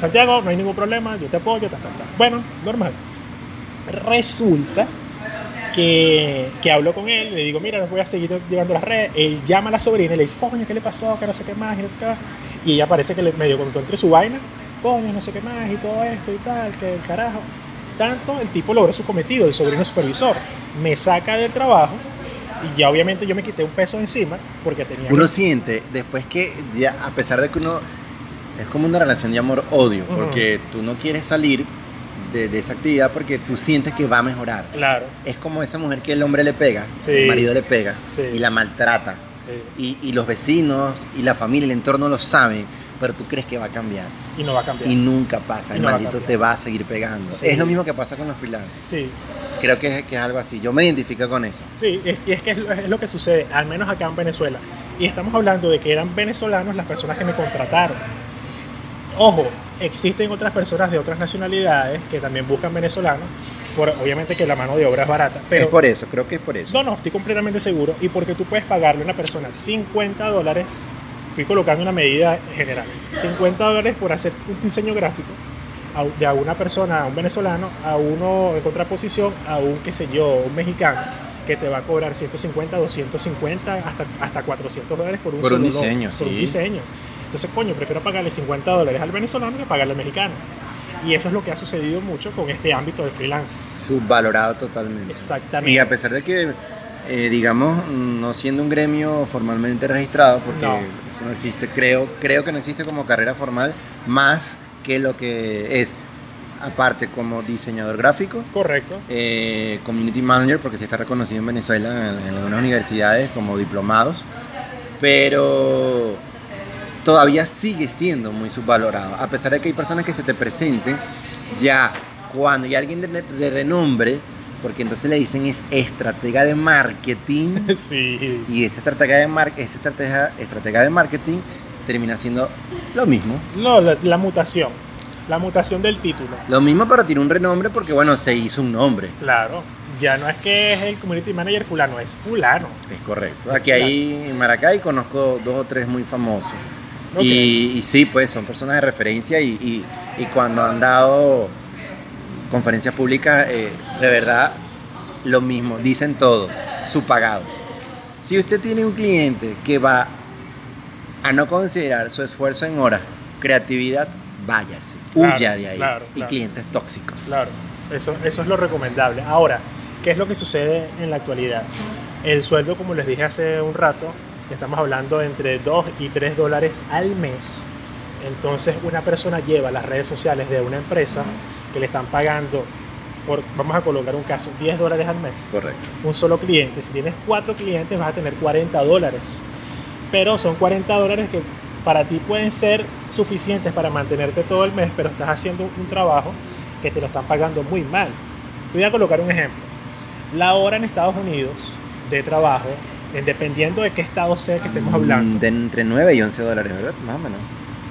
Speaker 1: Santiago, no hay ningún problema, yo te apoyo, tal, tal, tal. Bueno, normal. Resulta que, que hablo con él, le digo, mira, los voy a seguir llevando las redes. Él llama a la sobrina y le dice, coño, ¿qué le pasó? Que no sé qué más, y no sé qué más. Y ella parece que le medio contó entre su vaina, coño, no sé qué más, y todo esto y tal, que el carajo. Tanto el tipo logró su cometido, el sobrino supervisor. Me saca del trabajo y ya obviamente yo me quité un peso encima porque tenía... que-
Speaker 2: Uno siente después que ya, a pesar de que uno es como una relación de amor-odio,
Speaker 1: Ujú.
Speaker 2: porque tú no quieres salir de, de esa actividad porque tú sientes que va a mejorar.
Speaker 1: Claro,
Speaker 2: Es como esa mujer que el hombre le pega,
Speaker 1: Sí.
Speaker 2: el marido le pega
Speaker 1: Sí.
Speaker 2: y la maltrata.
Speaker 1: sí.
Speaker 2: Y, y los vecinos y la familia, el entorno lo saben, pero tú crees que va a cambiar.
Speaker 1: Y no va a cambiar.
Speaker 2: Y nunca pasa,
Speaker 1: Y
Speaker 2: el
Speaker 1: no va a
Speaker 2: maldito
Speaker 1: cambiar.
Speaker 2: te va a seguir pegando.
Speaker 1: Sí.
Speaker 2: Es lo mismo que pasa con los freelancers.
Speaker 1: Sí,
Speaker 2: Creo que es, que es algo así. Yo me identifico con eso.
Speaker 1: Sí, es, y es que es lo, es lo que sucede, al menos acá en Venezuela. Y estamos hablando de que eran venezolanos las personas que me contrataron. Ojo, existen otras personas de otras nacionalidades que también buscan venezolanos, por, obviamente que la mano de obra es barata, pero...
Speaker 2: es por eso, creo que es por eso.
Speaker 1: No, no, estoy completamente seguro. Y porque tú puedes pagarle a una persona 50 dólares, estoy colocando una medida general, 50 dólares por hacer un diseño gráfico a- de a una persona, a un venezolano, a uno en contraposición, a un, qué sé yo, un mexicano, que te va a cobrar 150, 250, hasta, hasta 400 dólares por un,
Speaker 2: Por un
Speaker 1: solo logo,
Speaker 2: diseño,
Speaker 1: por un
Speaker 2: sí.
Speaker 1: diseño. Entonces, coño, prefiero pagarle 50 dólares al venezolano que pagarle al mexicano. Y eso es lo que ha sucedido mucho con este ámbito del freelance.
Speaker 2: Subvalorado totalmente.
Speaker 1: Exactamente.
Speaker 2: Y a pesar de que, eh, digamos, no siendo un gremio formalmente registrado, porque
Speaker 1: No.
Speaker 2: eso no existe, creo, creo que no existe como carrera formal más que lo que es. Aparte, como diseñador gráfico,
Speaker 1: Correcto.
Speaker 2: eh, community manager, porque se está reconocido en Venezuela en, en algunas universidades como diplomados, pero todavía sigue siendo muy subvalorado, a pesar de que hay personas que se te presenten ya cuando hay alguien de, de renombre, porque entonces le dicen es estratega de marketing,
Speaker 1: Sí.
Speaker 2: y esa estratega de, mar esa estratega, estratega de marketing termina siendo lo mismo.
Speaker 1: No, la, la mutación. La mutación del título.
Speaker 2: Lo mismo, pero tiene un renombre porque, bueno, se hizo un nombre.
Speaker 1: Claro. Ya no es que es el community manager fulano, es fulano.
Speaker 2: Es correcto. Aquí hay en Maracay conozco dos o tres muy famosos. Y, y sí, pues son personas de referencia y, y- y cuando han dado conferencias públicas, eh, de verdad, lo mismo, dicen todos, subpagados. Si usted tiene un cliente que va a no considerar su esfuerzo en horas, creatividad, váyase,
Speaker 1: Claro,
Speaker 2: huya de ahí.
Speaker 1: claro,
Speaker 2: y
Speaker 1: claro.
Speaker 2: clientes tóxicos.
Speaker 1: Claro. Eso, eso es lo recomendable. Ahora, ¿qué es lo que sucede en la actualidad? El sueldo, como les dije hace un rato, estamos hablando de entre 2 y 3 dólares al mes. Entonces, una persona lleva las redes sociales de una empresa que le están pagando, por, vamos a colocar un caso, 10 dólares al mes.
Speaker 2: Correcto.
Speaker 1: un solo cliente. Si tienes cuatro clientes vas a tener 40 dólares. Pero son 40 dólares que para ti pueden ser suficientes para mantenerte todo el mes, pero estás haciendo un trabajo que te lo están pagando muy mal. Te voy a colocar un ejemplo. La hora en Estados Unidos de trabajo, eh, dependiendo de qué estado sea que estemos hablando,
Speaker 2: Mm, De entre 9 y 11 dólares, ¿verdad? Más o menos.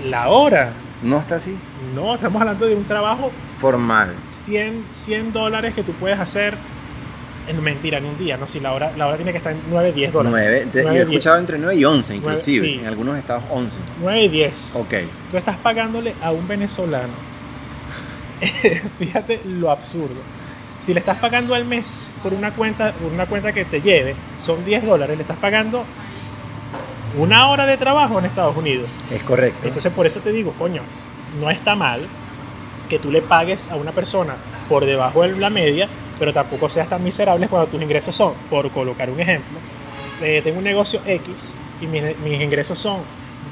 Speaker 1: la hora,
Speaker 2: No está así.
Speaker 1: no, estamos hablando de un trabajo
Speaker 2: Formal.
Speaker 1: 100, 100 dólares que tú puedes hacer En mentira, en un día, no, si la hora, la hora tiene que estar en 9, 10 dólares.
Speaker 2: 9, te- yo
Speaker 1: 9,
Speaker 2: he
Speaker 1: 10.
Speaker 2: escuchado entre 9 y 11
Speaker 1: Nueve,
Speaker 2: inclusive,
Speaker 1: sí.
Speaker 2: en algunos estados 11.
Speaker 1: 9 y 10.
Speaker 2: Ok,
Speaker 1: Tú estás pagándole a un venezolano. Fíjate lo absurdo. Si le estás pagando al mes por una cuenta, por una cuenta que te lleve, son 10 dólares, le estás pagando una hora de trabajo en Estados Unidos.
Speaker 2: es correcto.
Speaker 1: Entonces por eso te digo, coño, no está mal que tú le pagues a una persona por debajo de la media, pero tampoco seas tan miserables cuando tus ingresos son, por colocar un ejemplo, eh, tengo un negocio X y mis, mis ingresos son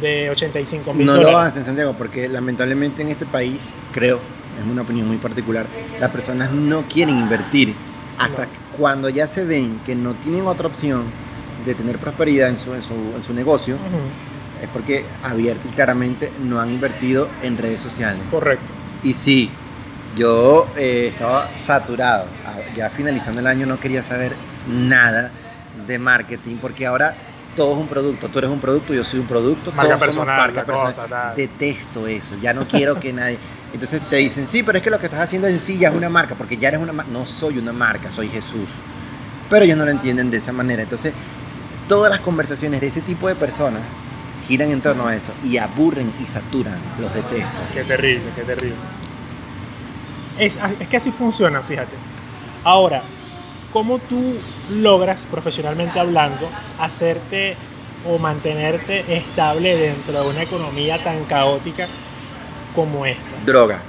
Speaker 1: de 85 mil
Speaker 2: no
Speaker 1: dólares.
Speaker 2: lo hacen, Santiago, porque lamentablemente en este país, creo, es una opinión muy particular, las personas no quieren invertir hasta
Speaker 1: No.
Speaker 2: cuando ya se ven que no tienen otra opción de tener prosperidad en su, en su, en su negocio,
Speaker 1: Ujú,
Speaker 2: es porque abierta y claramente no han invertido en redes sociales.
Speaker 1: Correcto.
Speaker 2: Y sí, yo eh, estaba saturado. A- Ya finalizando el año no quería saber nada de marketing porque ahora todo es un producto. Tú eres un producto, yo soy un producto.
Speaker 1: Marca
Speaker 2: todos somos
Speaker 1: personal,
Speaker 2: marca
Speaker 1: la cosa, tal.
Speaker 2: Detesto eso. Ya no quiero que nadie. Entonces te dicen, sí, pero es que lo que estás haciendo en sí ya es una marca porque ya eres una marca. No soy una marca, soy Jesús. Pero ellos no lo entienden de esa manera. Entonces todas las conversaciones de ese tipo de personas giran en torno a eso y aburren y saturan los detestos.
Speaker 1: Qué terrible, qué terrible. Es, es que así funciona, fíjate. Ahora, ¿cómo tú logras, profesionalmente hablando, hacerte o mantenerte estable dentro de una economía tan caótica como esta?
Speaker 2: Droga.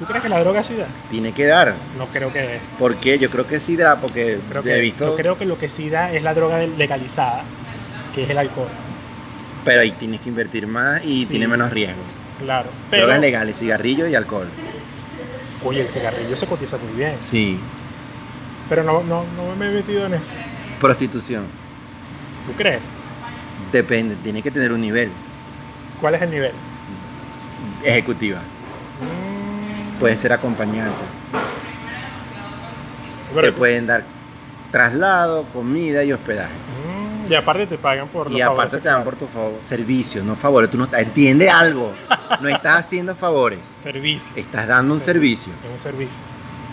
Speaker 1: ¿Tú crees que la droga sí da?
Speaker 2: Tiene que dar.
Speaker 1: No creo que dé.
Speaker 2: Porque yo creo que sí da, porque
Speaker 1: Creo
Speaker 2: he
Speaker 1: que,
Speaker 2: visto.
Speaker 1: yo creo que lo que sí da es la droga legalizada, que es el alcohol.
Speaker 2: Pero ahí tienes que invertir más y
Speaker 1: Sí.
Speaker 2: tiene menos riesgos.
Speaker 1: Claro. Pero,
Speaker 2: Drogas legales, cigarrillo y alcohol.
Speaker 1: oye, el cigarrillo se cotiza muy bien.
Speaker 2: Sí.
Speaker 1: Pero no, no, no me he metido en eso.
Speaker 2: Prostitución.
Speaker 1: ¿Tú crees?
Speaker 2: Depende, tiene que tener un nivel.
Speaker 1: ¿Cuál es el nivel?
Speaker 2: Ejecutiva.
Speaker 1: Mm,
Speaker 2: Puede ser acompañante.
Speaker 1: pero-
Speaker 2: Te pueden dar traslado, comida y hospedaje.
Speaker 1: Mm, y aparte te pagan por los
Speaker 2: Y aparte
Speaker 1: favores
Speaker 2: te dan
Speaker 1: sexuales.
Speaker 2: por tu favor servicio, no favores. Tú no entiende algo. No estás haciendo favores.
Speaker 1: servicio.
Speaker 2: Estás dando un
Speaker 1: Sí.
Speaker 2: servicio.
Speaker 1: Es un servicio.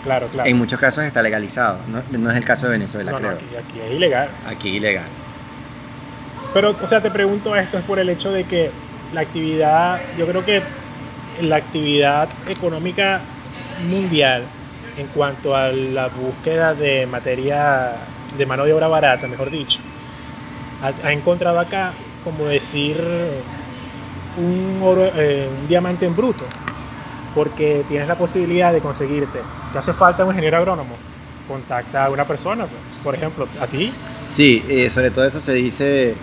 Speaker 1: Claro, claro.
Speaker 2: Eh, En muchos casos está legalizado. No, no es el caso de Venezuela,
Speaker 1: no, no,
Speaker 2: creo.
Speaker 1: aquí, aquí es ilegal.
Speaker 2: Aquí ilegal.
Speaker 1: Pero, o sea, te pregunto esto es por el hecho de que la actividad, yo creo que la actividad económica mundial en cuanto a la búsqueda de materia, de mano de obra barata, mejor dicho, ha, ha encontrado acá, como decir, un, oro, eh, un diamante en bruto, porque tienes la posibilidad de conseguirte. Te hace falta un ingeniero agrónomo, contacta a una persona, pues. por ejemplo, a ti,
Speaker 2: Sí, eh, sobre todo eso se dice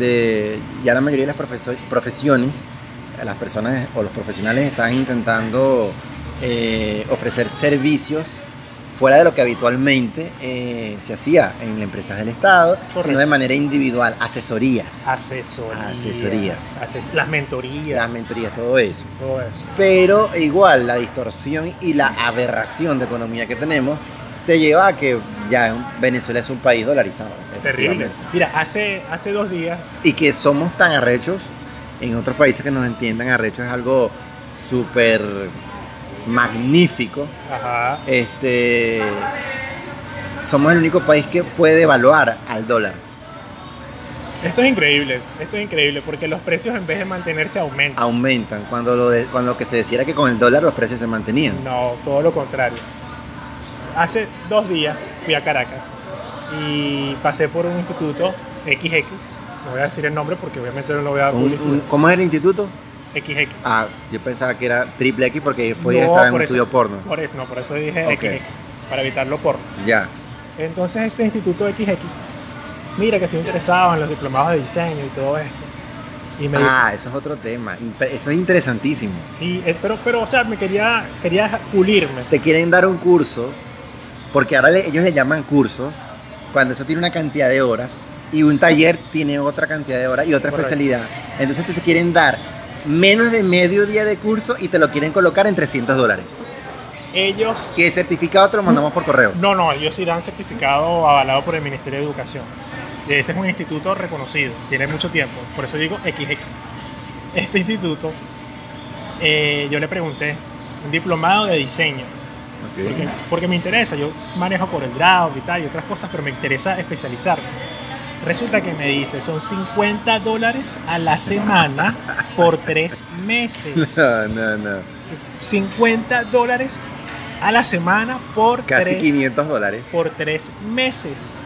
Speaker 2: de ya la mayoría de las profeso- profesiones, las personas o los profesionales están intentando eh, ofrecer servicios fuera de lo que habitualmente eh, se hacía en empresas del Estado, sino
Speaker 1: Correcto.
Speaker 2: de manera individual, asesorías.
Speaker 1: asesorías,
Speaker 2: Asesorías.
Speaker 1: ases- las mentorías,
Speaker 2: Las mentorías, todo eso.
Speaker 1: todo eso.
Speaker 2: Pero igual la distorsión y la aberración de economía que tenemos te lleva a que ya Venezuela es un país dolarizado.
Speaker 1: Terrible.
Speaker 2: efectivamente.
Speaker 1: Mira, hace, hace dos días,
Speaker 2: y que somos tan arrechos en otros países que nos entiendan arrechos es algo súper magnífico
Speaker 1: ajá,
Speaker 2: este somos el único país que puede evaluar al dólar
Speaker 1: esto es increíble, esto es increíble, porque los precios en vez de mantenerse aumentan.
Speaker 2: aumentan cuando lo de- cuando lo que se decía era que con el dólar los precios se mantenían
Speaker 1: No, todo lo contrario. Hace dos días fui a Caracas y pasé por un instituto XX, no voy a decir el nombre porque obviamente no lo voy a dar
Speaker 2: Un-
Speaker 1: publicidad,
Speaker 2: un- ¿cómo es el instituto?
Speaker 1: XX.
Speaker 2: ah yo pensaba que era triple X porque podía
Speaker 1: No,
Speaker 2: estar en
Speaker 1: por
Speaker 2: un
Speaker 1: eso-
Speaker 2: estudio porno
Speaker 1: Por eso, no, por eso dije
Speaker 2: Ok.
Speaker 1: XX, para evitarlo por
Speaker 2: ya
Speaker 1: Entonces este instituto XX, mira que estoy interesado en los diplomados de diseño y todo esto. Y me dice,
Speaker 2: ah eso es otro tema Impe- eso es interesantísimo
Speaker 1: sí, eh, pero, pero o sea, me quería, quería pulirme.
Speaker 2: te quieren dar un curso, porque ahora le- ellos le llaman curso, cuando eso tiene una cantidad de horas, y un taller tiene otra cantidad de horas y otra
Speaker 1: Correcto.
Speaker 2: especialidad. Entonces te, te quieren dar menos de medio día de curso y te lo quieren colocar en 300 dólares.
Speaker 1: Ellos,
Speaker 2: Y el certificado te lo mandamos por correo.
Speaker 1: no, no, ellos sí dan certificado avalado por el Ministerio de Educación. Este es un instituto reconocido, tiene mucho tiempo, por eso digo XX. Este instituto, eh, yo le pregunté, un diplomado de diseño,
Speaker 2: Ok.
Speaker 1: Porque, porque me interesa, yo manejo por el grado y tal y otras cosas, pero me interesa especializarme. Resulta que me dice, son 50 dólares a la semana por tres meses.
Speaker 2: No, no, no.
Speaker 1: 50 dólares a la semana por
Speaker 2: Casi
Speaker 1: tres,
Speaker 2: 500 dólares.
Speaker 1: por tres meses.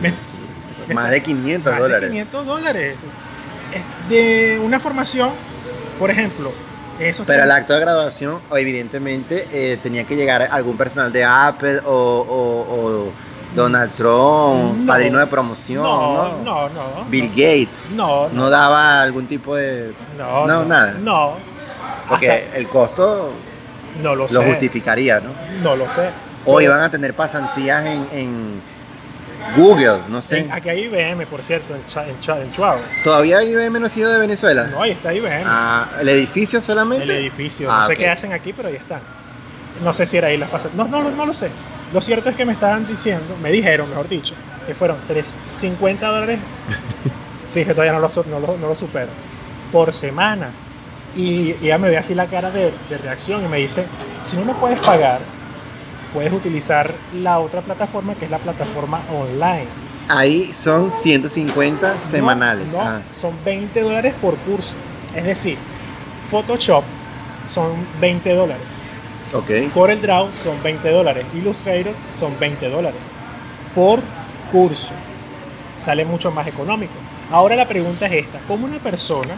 Speaker 1: Me- me-
Speaker 2: Más de 500
Speaker 1: Más de
Speaker 2: dólares.
Speaker 1: 500 dólares. Es De una formación, por ejemplo, esos
Speaker 2: Pero al
Speaker 1: tres-
Speaker 2: acto de graduación, o evidentemente, eh, tenía que llegar algún personal de Apple o, o- o Donald Trump,
Speaker 1: No.
Speaker 2: padrino de promoción,
Speaker 1: no, no,
Speaker 2: ¿no?
Speaker 1: no.
Speaker 2: Bill
Speaker 1: no.
Speaker 2: Gates.
Speaker 1: No, no.
Speaker 2: daba algún tipo de.
Speaker 1: No,
Speaker 2: No,
Speaker 1: no,
Speaker 2: nada.
Speaker 1: No.
Speaker 2: Porque
Speaker 1: Hasta-
Speaker 2: el costo
Speaker 1: no lo,
Speaker 2: lo
Speaker 1: sé.
Speaker 2: justificaría, ¿no?
Speaker 1: No lo sé.
Speaker 2: O
Speaker 1: Pero-
Speaker 2: iban a tener pasantías en, en Google, no sé.
Speaker 1: En- aquí hay IBM, por cierto, en, Cha- en, Cha- en Chuao.
Speaker 2: ¿Todavía IBM no ha sido de Venezuela?
Speaker 1: No, ahí está IBM.
Speaker 2: Ah, ¿El edificio solamente?
Speaker 1: el edificio.
Speaker 2: Ah,
Speaker 1: no sé
Speaker 2: ok.
Speaker 1: qué hacen aquí, pero ahí están. No sé si era ahí las pasas. No, no, no lo sé. Lo cierto es que me estaban diciendo, me dijeron, mejor dicho, que fueron 350 dólares. sí, que todavía no lo, su- no lo, no lo supero. Por semana. Y y ella me ve así la cara de, de reacción y me dice, si no lo puedes pagar, puedes utilizar la otra plataforma, que es la plataforma online.
Speaker 2: Ahí son 150
Speaker 1: No,
Speaker 2: semanales.
Speaker 1: No,
Speaker 2: Ah,
Speaker 1: son 20 dólares por curso. Es decir, Photoshop son 20 dólares.
Speaker 2: ok.
Speaker 1: CorelDRAW son 20 dólares. Illustrator son 20 dólares. Por curso. Sale mucho más económico. Ahora la pregunta es esta. ¿Cómo una persona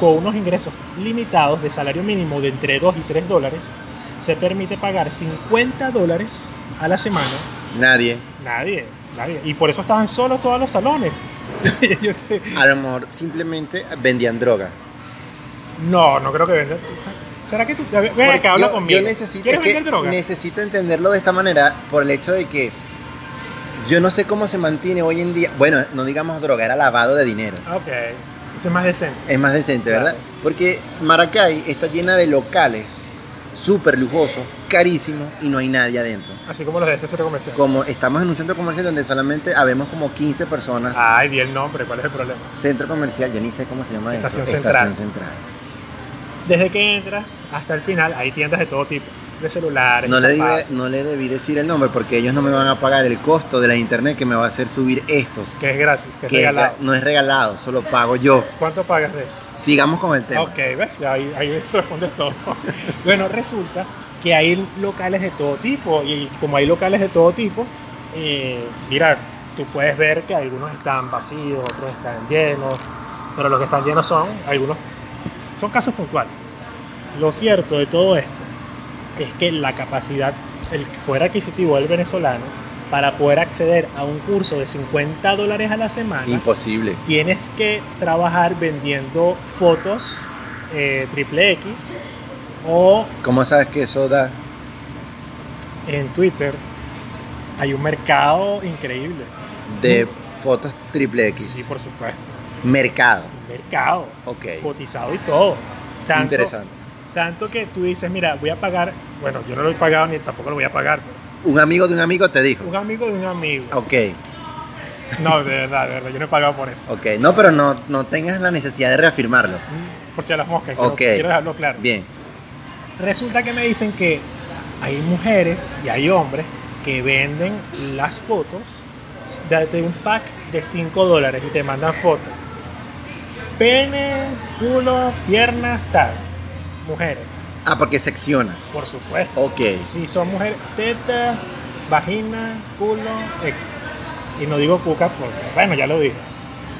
Speaker 1: con unos ingresos limitados de salario mínimo de entre 2 y 3 dólares se permite pagar 50 dólares a la semana
Speaker 2: Nadie.
Speaker 1: Nadie, nadie. Y por eso estaban solos todos los salones. Yo te-
Speaker 2: A lo mejor simplemente vendían droga.
Speaker 1: No, no creo que venda. tú estás- ¿Será que tú? Ven
Speaker 2: Porque
Speaker 1: acá, habla
Speaker 2: yo,
Speaker 1: conmigo.
Speaker 2: yo necesito,
Speaker 1: ¿Quieres
Speaker 2: es que
Speaker 1: vender droga?
Speaker 2: necesito entenderlo de esta manera por el hecho de que yo no sé cómo se mantiene hoy en día. Bueno, no digamos droga, era lavado de dinero.
Speaker 1: Ah, Ok, eso es más decente.
Speaker 2: Es más decente, ¿verdad?
Speaker 1: Claro.
Speaker 2: Porque Maracay está llena de locales súper lujosos, carísimos y no hay nadie adentro.
Speaker 1: Así como los de este centro comercial.
Speaker 2: Como estamos en un centro comercial donde solamente habemos como 15 personas.
Speaker 1: Ay, di el nombre, ¿cuál es el problema?
Speaker 2: Centro comercial, ya ni sé cómo se llama. esto.
Speaker 1: Estación
Speaker 2: Estación central.
Speaker 1: Desde que entras hasta el final hay tiendas de todo tipo. De celulares,
Speaker 2: No
Speaker 1: de
Speaker 2: le, debí,
Speaker 1: zapatos,
Speaker 2: no le debí decir el nombre porque ellos no me van a pagar el costo de la internet que me va a hacer subir esto.
Speaker 1: que es gratis, que es
Speaker 2: Que
Speaker 1: regalado.
Speaker 2: no es regalado, solo pago yo.
Speaker 1: ¿Cuánto pagas de eso?
Speaker 2: Sigamos con el tema.
Speaker 1: Ok, ves, ahí, ahí respondes todo. bueno, resulta que hay locales de todo tipo y como hay locales de todo tipo, eh, mira, tú puedes ver que algunos están vacíos, otros están llenos, pero los que están llenos son algunos, son casos puntuales. Lo cierto de todo esto es que la capacidad, el poder adquisitivo del venezolano para poder acceder a un curso de 50 dólares a la semana
Speaker 2: Imposible.
Speaker 1: tienes que trabajar vendiendo fotos eh, triple X o
Speaker 2: ¿Cómo sabes que eso da?
Speaker 1: en Twitter. Hay un mercado increíble.
Speaker 2: De fotos triple X.
Speaker 1: Mm. Sí, por supuesto.
Speaker 2: Mercado.
Speaker 1: Un mercado
Speaker 2: Ok.
Speaker 1: cotizado y todo. Tanto,
Speaker 2: Interesante.
Speaker 1: Tanto que tú dices, mira, voy a pagar. Bueno, yo no lo he pagado ni tampoco lo voy a pagar. pero
Speaker 2: Un amigo de un amigo te dijo.
Speaker 1: Un amigo de un amigo.
Speaker 2: Ok,
Speaker 1: No, de verdad, de verdad. Yo no he pagado por eso.
Speaker 2: ok. No, pero no, no tengas la necesidad de reafirmarlo.
Speaker 1: Mm, Por si a las moscas. quiero-
Speaker 2: Ok.
Speaker 1: quiero dejarlo claro.
Speaker 2: Bien.
Speaker 1: Resulta que me dicen que hay mujeres y hay hombres que venden las fotos de de un pack de 5 dólares y te mandan fotos. Pene, culo, piernas, tal. Mujeres,
Speaker 2: Ah, porque seccionas.
Speaker 1: por supuesto.
Speaker 2: Ok.
Speaker 1: Si son mujeres, teta, vagina, culo, X. Y no digo cuca porque, bueno, ya lo dije.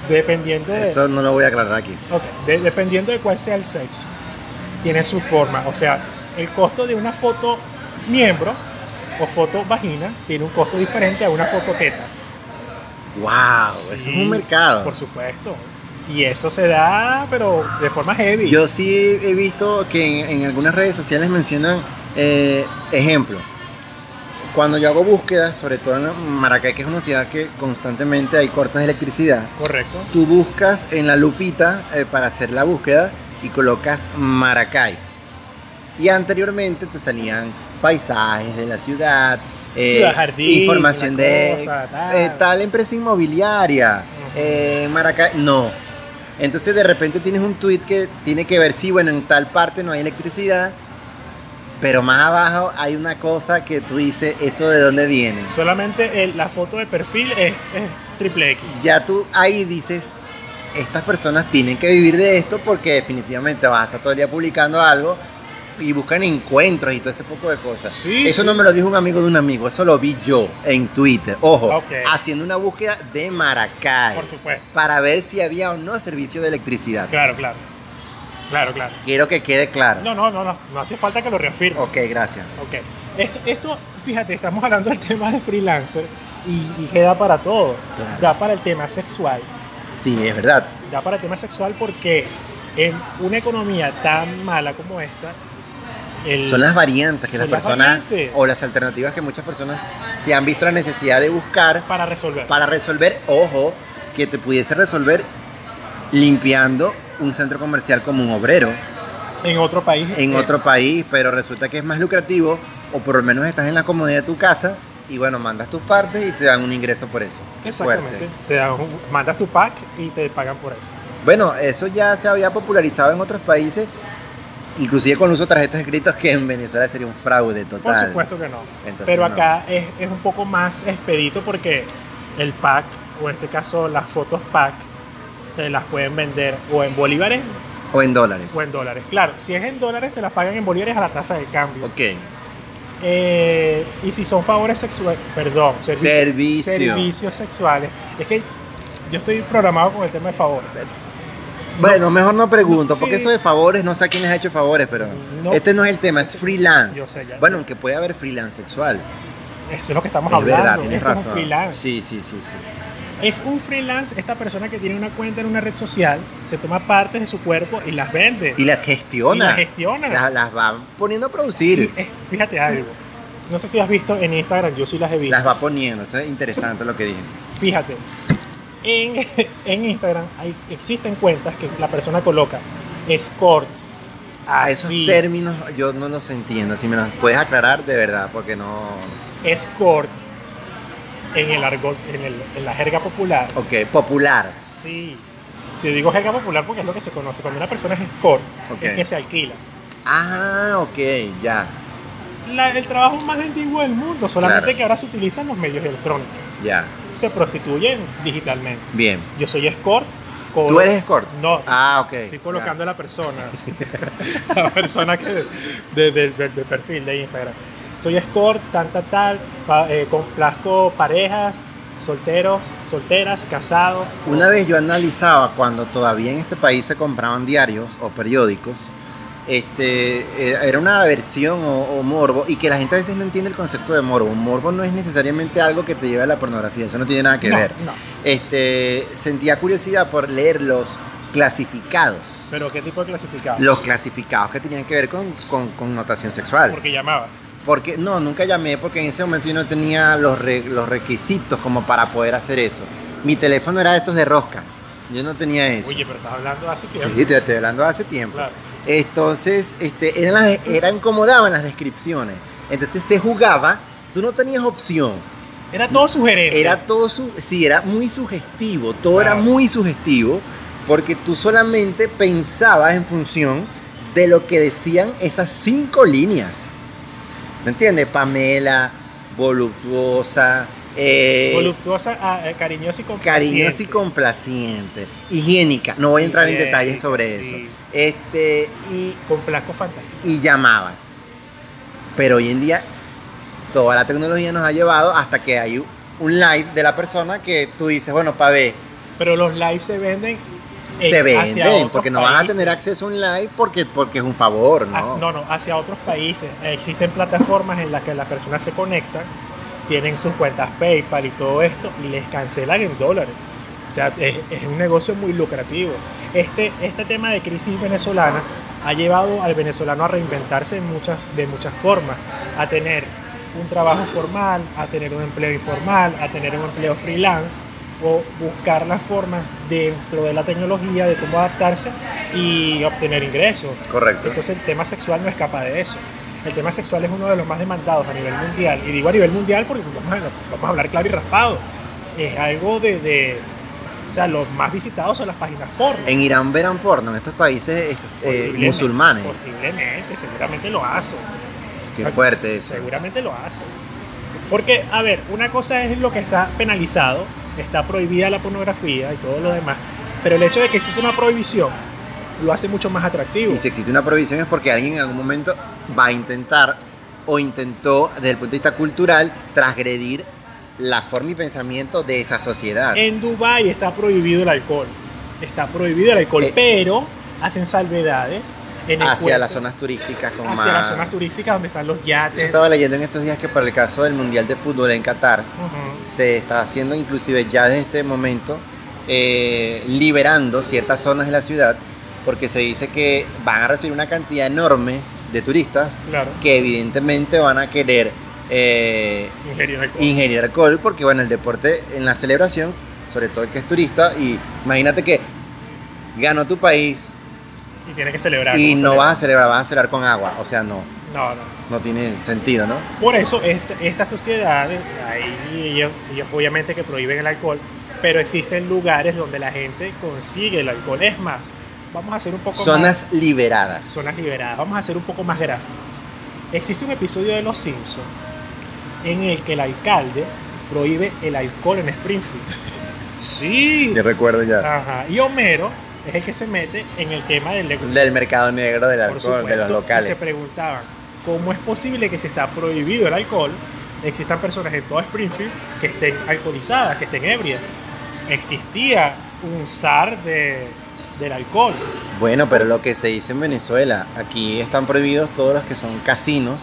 Speaker 1: Dependiendo de...
Speaker 2: Eso no lo voy a aclarar aquí.
Speaker 1: Ok, de- dependiendo de cuál sea el sexo, tiene su forma. O sea, el costo de una foto miembro o foto vagina tiene un costo diferente a una foto teta.
Speaker 2: Wow, eso
Speaker 1: Sí,
Speaker 2: es un mercado.
Speaker 1: Por supuesto. Y eso se da, pero de forma heavy.
Speaker 2: Yo sí he visto que en, en algunas redes sociales mencionan, eh, ejemplo, cuando yo hago búsquedas, sobre todo en Maracay, que es una ciudad que constantemente hay cortes de electricidad,
Speaker 1: Correcto.
Speaker 2: tú buscas en la lupita eh, para hacer la búsqueda y colocas Maracay. Y anteriormente te salían paisajes de la ciudad, eh,
Speaker 1: Ciudad Jardín,
Speaker 2: información
Speaker 1: la
Speaker 2: de
Speaker 1: cosa, tal.
Speaker 2: eh, tal empresa inmobiliaria,
Speaker 1: Ah. Ujú.
Speaker 2: eh, Maracay, no. Entonces de repente tienes un tweet que tiene que ver si, bueno, en tal parte no hay electricidad Pero más abajo hay una cosa que tú dices, ¿esto de dónde viene?
Speaker 1: Solamente el- la foto de perfil es, es triple X.
Speaker 2: Ya tú ahí dices, estas personas tienen que vivir de esto porque definitivamente vas a estar todo el día publicando algo y buscan encuentros y todo ese poco de cosas.
Speaker 1: Sí,
Speaker 2: eso
Speaker 1: sí.
Speaker 2: no me lo dijo un amigo de un amigo, eso lo vi yo en Twitter. Ojo,
Speaker 1: Ok.
Speaker 2: haciendo una búsqueda de Maracay
Speaker 1: Por supuesto.
Speaker 2: para ver si había o no servicio de electricidad.
Speaker 1: Claro, claro. Claro, claro.
Speaker 2: Quiero que quede claro.
Speaker 1: No, no, no, no, no hace falta que lo reafirme.
Speaker 2: Ok, gracias.
Speaker 1: Ok. Esto, esto, fíjate, estamos hablando del tema de freelancer y, y que da para todo.
Speaker 2: Claro.
Speaker 1: Da para el tema sexual,
Speaker 2: Sí, es verdad.
Speaker 1: da para el tema sexual porque en una economía tan mala como esta, el-
Speaker 2: Son las variantes que
Speaker 1: Son
Speaker 2: las
Speaker 1: las
Speaker 2: personas
Speaker 1: variantes.
Speaker 2: o las alternativas que muchas personas se han visto la necesidad de buscar
Speaker 1: para resolver.
Speaker 2: para resolver, ojo, que te pudiese resolver limpiando un centro comercial como un obrero
Speaker 1: en otro país.
Speaker 2: en
Speaker 1: eh,
Speaker 2: otro país, pero resulta que es más lucrativo o por lo menos estás en la comodidad de tu casa y bueno, mandas tus partes y te dan un ingreso por eso. Qué
Speaker 1: Exactamente.
Speaker 2: fuerte.
Speaker 1: Te dan un- mandas tu pack y te pagan por eso.
Speaker 2: Bueno, eso ya se había popularizado en otros países, inclusive con uso de tarjetas escritas que en Venezuela sería un fraude total.
Speaker 1: Por supuesto que no.
Speaker 2: Entonces,
Speaker 1: Pero
Speaker 2: no.
Speaker 1: acá es, es un poco más expedito porque el pack, o en este caso las fotos pack, te las pueden vender o en bolívares
Speaker 2: O en dólares.
Speaker 1: o en dólares. Claro, si es en dólares, te las pagan en bolívares a la tasa de cambio.
Speaker 2: Ok.
Speaker 1: Eh, y si son favores sexuales, perdón, servicio-
Speaker 2: Servicio.
Speaker 1: servicios sexuales. Es que yo estoy programado con el tema de favores.
Speaker 2: Bueno, mejor no pregunto,
Speaker 1: No,
Speaker 2: porque
Speaker 1: sí.
Speaker 2: eso de favores, no sé a quién les ha hecho favores, pero
Speaker 1: No.
Speaker 2: este no es el tema, es freelance.
Speaker 1: Yo sé, ya-
Speaker 2: bueno, aunque puede haber freelance sexual.
Speaker 1: Eso es lo que estamos
Speaker 2: es
Speaker 1: hablando.
Speaker 2: verdad, tienes
Speaker 1: Esto es un
Speaker 2: razón.
Speaker 1: freelance.
Speaker 2: Sí, sí, sí, sí.
Speaker 1: Es un freelance esta persona que tiene una cuenta en una red social, se toma partes de su cuerpo y las vende.
Speaker 2: Y las gestiona.
Speaker 1: Y las gestiona.
Speaker 2: Las, las va poniendo a producir.
Speaker 1: Eh, fíjate algo. No sé si has visto en Instagram, yo sí las he visto.
Speaker 2: Las va poniendo. Esto es interesante lo que dije.
Speaker 1: Fíjate. En, en Instagram hay, existen cuentas que la persona coloca escort.
Speaker 2: A Ah, esos
Speaker 1: Así.
Speaker 2: términos yo no los entiendo. Si me los puedes aclarar de verdad, porque no.
Speaker 1: Escort. En el argot, en, el- en la jerga popular.
Speaker 2: Ok, popular.
Speaker 1: Sí. Si digo jerga popular porque es lo que se conoce. Cuando una persona es escort,
Speaker 2: Ok.
Speaker 1: es que se alquila.
Speaker 2: Ah, ok, ya,
Speaker 1: La- el trabajo más antiguo del mundo, solamente
Speaker 2: Claro.
Speaker 1: que ahora se utilizan los medios electrónicos.
Speaker 2: ya.
Speaker 1: Se prostituyen digitalmente.
Speaker 2: Bien.
Speaker 1: Yo soy escort. cobro-
Speaker 2: ¿Tú eres escort?
Speaker 1: No,
Speaker 2: Ah, ok.
Speaker 1: Estoy colocando a la persona. la persona que de, de- de- de perfil de Instagram. Soy escort, tan, tan, tal. fa- eh, complazco parejas, solteros, solteras, casados.
Speaker 2: Una vez yo analizaba cuando todavía en este país se compraban diarios o periódicos, este, eh, era una aversión o, o morbo, y que la gente a veces no entiende el concepto de morbo. Un morbo no es necesariamente algo que te lleve a la pornografía, eso no tiene nada que
Speaker 1: No,
Speaker 2: ver.
Speaker 1: no.
Speaker 2: Este, sentía curiosidad por leer los clasificados,
Speaker 1: Pero ¿qué tipo de clasificado?
Speaker 2: los clasificados que tenían que ver con, con connotación sexual.
Speaker 1: Porque llamabas.
Speaker 2: Porque no, nunca llamé porque en ese momento yo no tenía los, re- los requisitos como para poder hacer eso. Mi teléfono era de estos de rosca. Yo no tenía eso.
Speaker 1: Oye, pero estás hablando hace tiempo.
Speaker 2: sí, te estoy hablando hace tiempo.
Speaker 1: Claro.
Speaker 2: Entonces, este, eran, las, eran como daban las descripciones. Entonces se jugaba, tú no tenías opción.
Speaker 1: Era todo sugerente.
Speaker 2: Era todo, su, sí, era muy sugestivo, todo era
Speaker 1: Claro.
Speaker 2: muy sugestivo porque tú solamente pensabas en función de lo que decían esas cinco líneas. ¿Me entiendes? Pamela, voluptuosa, eh,
Speaker 1: voluptuosa, ah, eh, cariñosa y complaciente.
Speaker 2: cariñosa y complaciente, higiénica. No voy a entrar en
Speaker 1: Higiénica,
Speaker 2: detalles sobre
Speaker 1: sí.
Speaker 2: eso. Este, y,
Speaker 1: Complazco fantasía.
Speaker 2: y llamabas. Pero hoy en día toda la tecnología nos ha llevado hasta que hay un live de la persona que tú dices, bueno, para ver,
Speaker 1: Pero los lives se venden. en-
Speaker 2: se
Speaker 1: Eh, hacia
Speaker 2: venden,
Speaker 1: otros
Speaker 2: porque no vas a
Speaker 1: países.
Speaker 2: tener acceso a un live porque, porque es un favor, ¿no?
Speaker 1: Hacia- No, no, hacia otros países. Existen plataformas en las que las personas se conectan, tienen sus cuentas PayPal y todo esto, y les cancelan en dólares. O sea, es, es un negocio muy lucrativo. Este, este tema de crisis venezolana ha llevado al venezolano a reinventarse en muchas, de muchas formas, a tener un trabajo formal, a tener un empleo informal, a tener un empleo freelance o buscar las formas dentro de la tecnología de cómo adaptarse y obtener ingresos.
Speaker 2: Correcto.
Speaker 1: Entonces el tema sexual no escapa de eso. El tema sexual es uno de los más demandados a nivel mundial. Y digo a nivel mundial porque vamos a, vamos a hablar claro y raspado. Es algo de, de- O sea, los más visitados son las páginas porno.
Speaker 2: En Irán verán porno, en estos países estos, eh,
Speaker 1: Posiblemente-
Speaker 2: musulmanes.
Speaker 1: Posiblemente, seguramente lo hacen.
Speaker 2: Qué fuerte eso.
Speaker 1: Seguramente lo hace. Porque, a ver, una cosa es lo que está penalizado, está prohibida la pornografía y todo lo demás, pero el hecho de que existe una prohibición lo hace mucho más atractivo.
Speaker 2: Y si existe una prohibición es porque alguien en algún momento va a intentar o intentó, desde el punto de vista cultural, transgredir la forma y pensamiento de esa sociedad.
Speaker 1: En Dubai está prohibido el alcohol. Está prohibido el alcohol,
Speaker 2: Eh,
Speaker 1: pero hacen salvedades en el
Speaker 2: hacia
Speaker 1: puerto,
Speaker 2: las zonas turísticas con
Speaker 1: hacia
Speaker 2: más...
Speaker 1: las zonas turísticas donde están los
Speaker 2: Yo
Speaker 1: yates.
Speaker 2: estaba leyendo en estos días que para el caso del Mundial de Fútbol en Qatar,
Speaker 1: Ujú.
Speaker 2: se está haciendo inclusive ya desde este momento, eh, liberando ciertas zonas de la ciudad, porque se dice que van a recibir una cantidad enorme de turistas
Speaker 1: Claro,
Speaker 2: que evidentemente van a querer eh,
Speaker 1: ingerir alcohol.
Speaker 2: ingerir alcohol, porque bueno, el deporte en la celebración, sobre todo el que es turista, y imagínate que ganó tu país
Speaker 1: Y tienes que celebrar.
Speaker 2: y
Speaker 1: ¿cómo
Speaker 2: no
Speaker 1: celebra?
Speaker 2: vas a celebrar, vas a celebrar con agua, o sea, no,
Speaker 1: No, no.
Speaker 2: no tiene sentido, ¿no?
Speaker 1: Por eso esta, esta sociedad, eh, ahí ellos, ellos obviamente que prohíben el alcohol, pero existen lugares donde la gente consigue el alcohol. Es más, vamos a hacer un poco más...
Speaker 2: Zonas liberadas.
Speaker 1: zonas liberadas. Vamos a ser un poco más gráficos. Existe un episodio de Los Simpsons en el que el alcalde prohíbe el alcohol en Springfield. Sí.
Speaker 2: Yo recuerdo ya.
Speaker 1: Ajá. Y Homero es el que se mete en el tema del alcohol.
Speaker 2: del mercado negro del
Speaker 1: Por
Speaker 2: alcohol,
Speaker 1: supuesto.
Speaker 2: de los
Speaker 1: Y
Speaker 2: locales.
Speaker 1: se preguntaban, ¿cómo es posible que si está prohibido el alcohol, existan personas en toda Springfield que estén alcoholizadas, que estén ebrias? Existía un zar de, del alcohol.
Speaker 2: Bueno, pero lo que se dice en Venezuela, aquí están prohibidos todos los que son casinos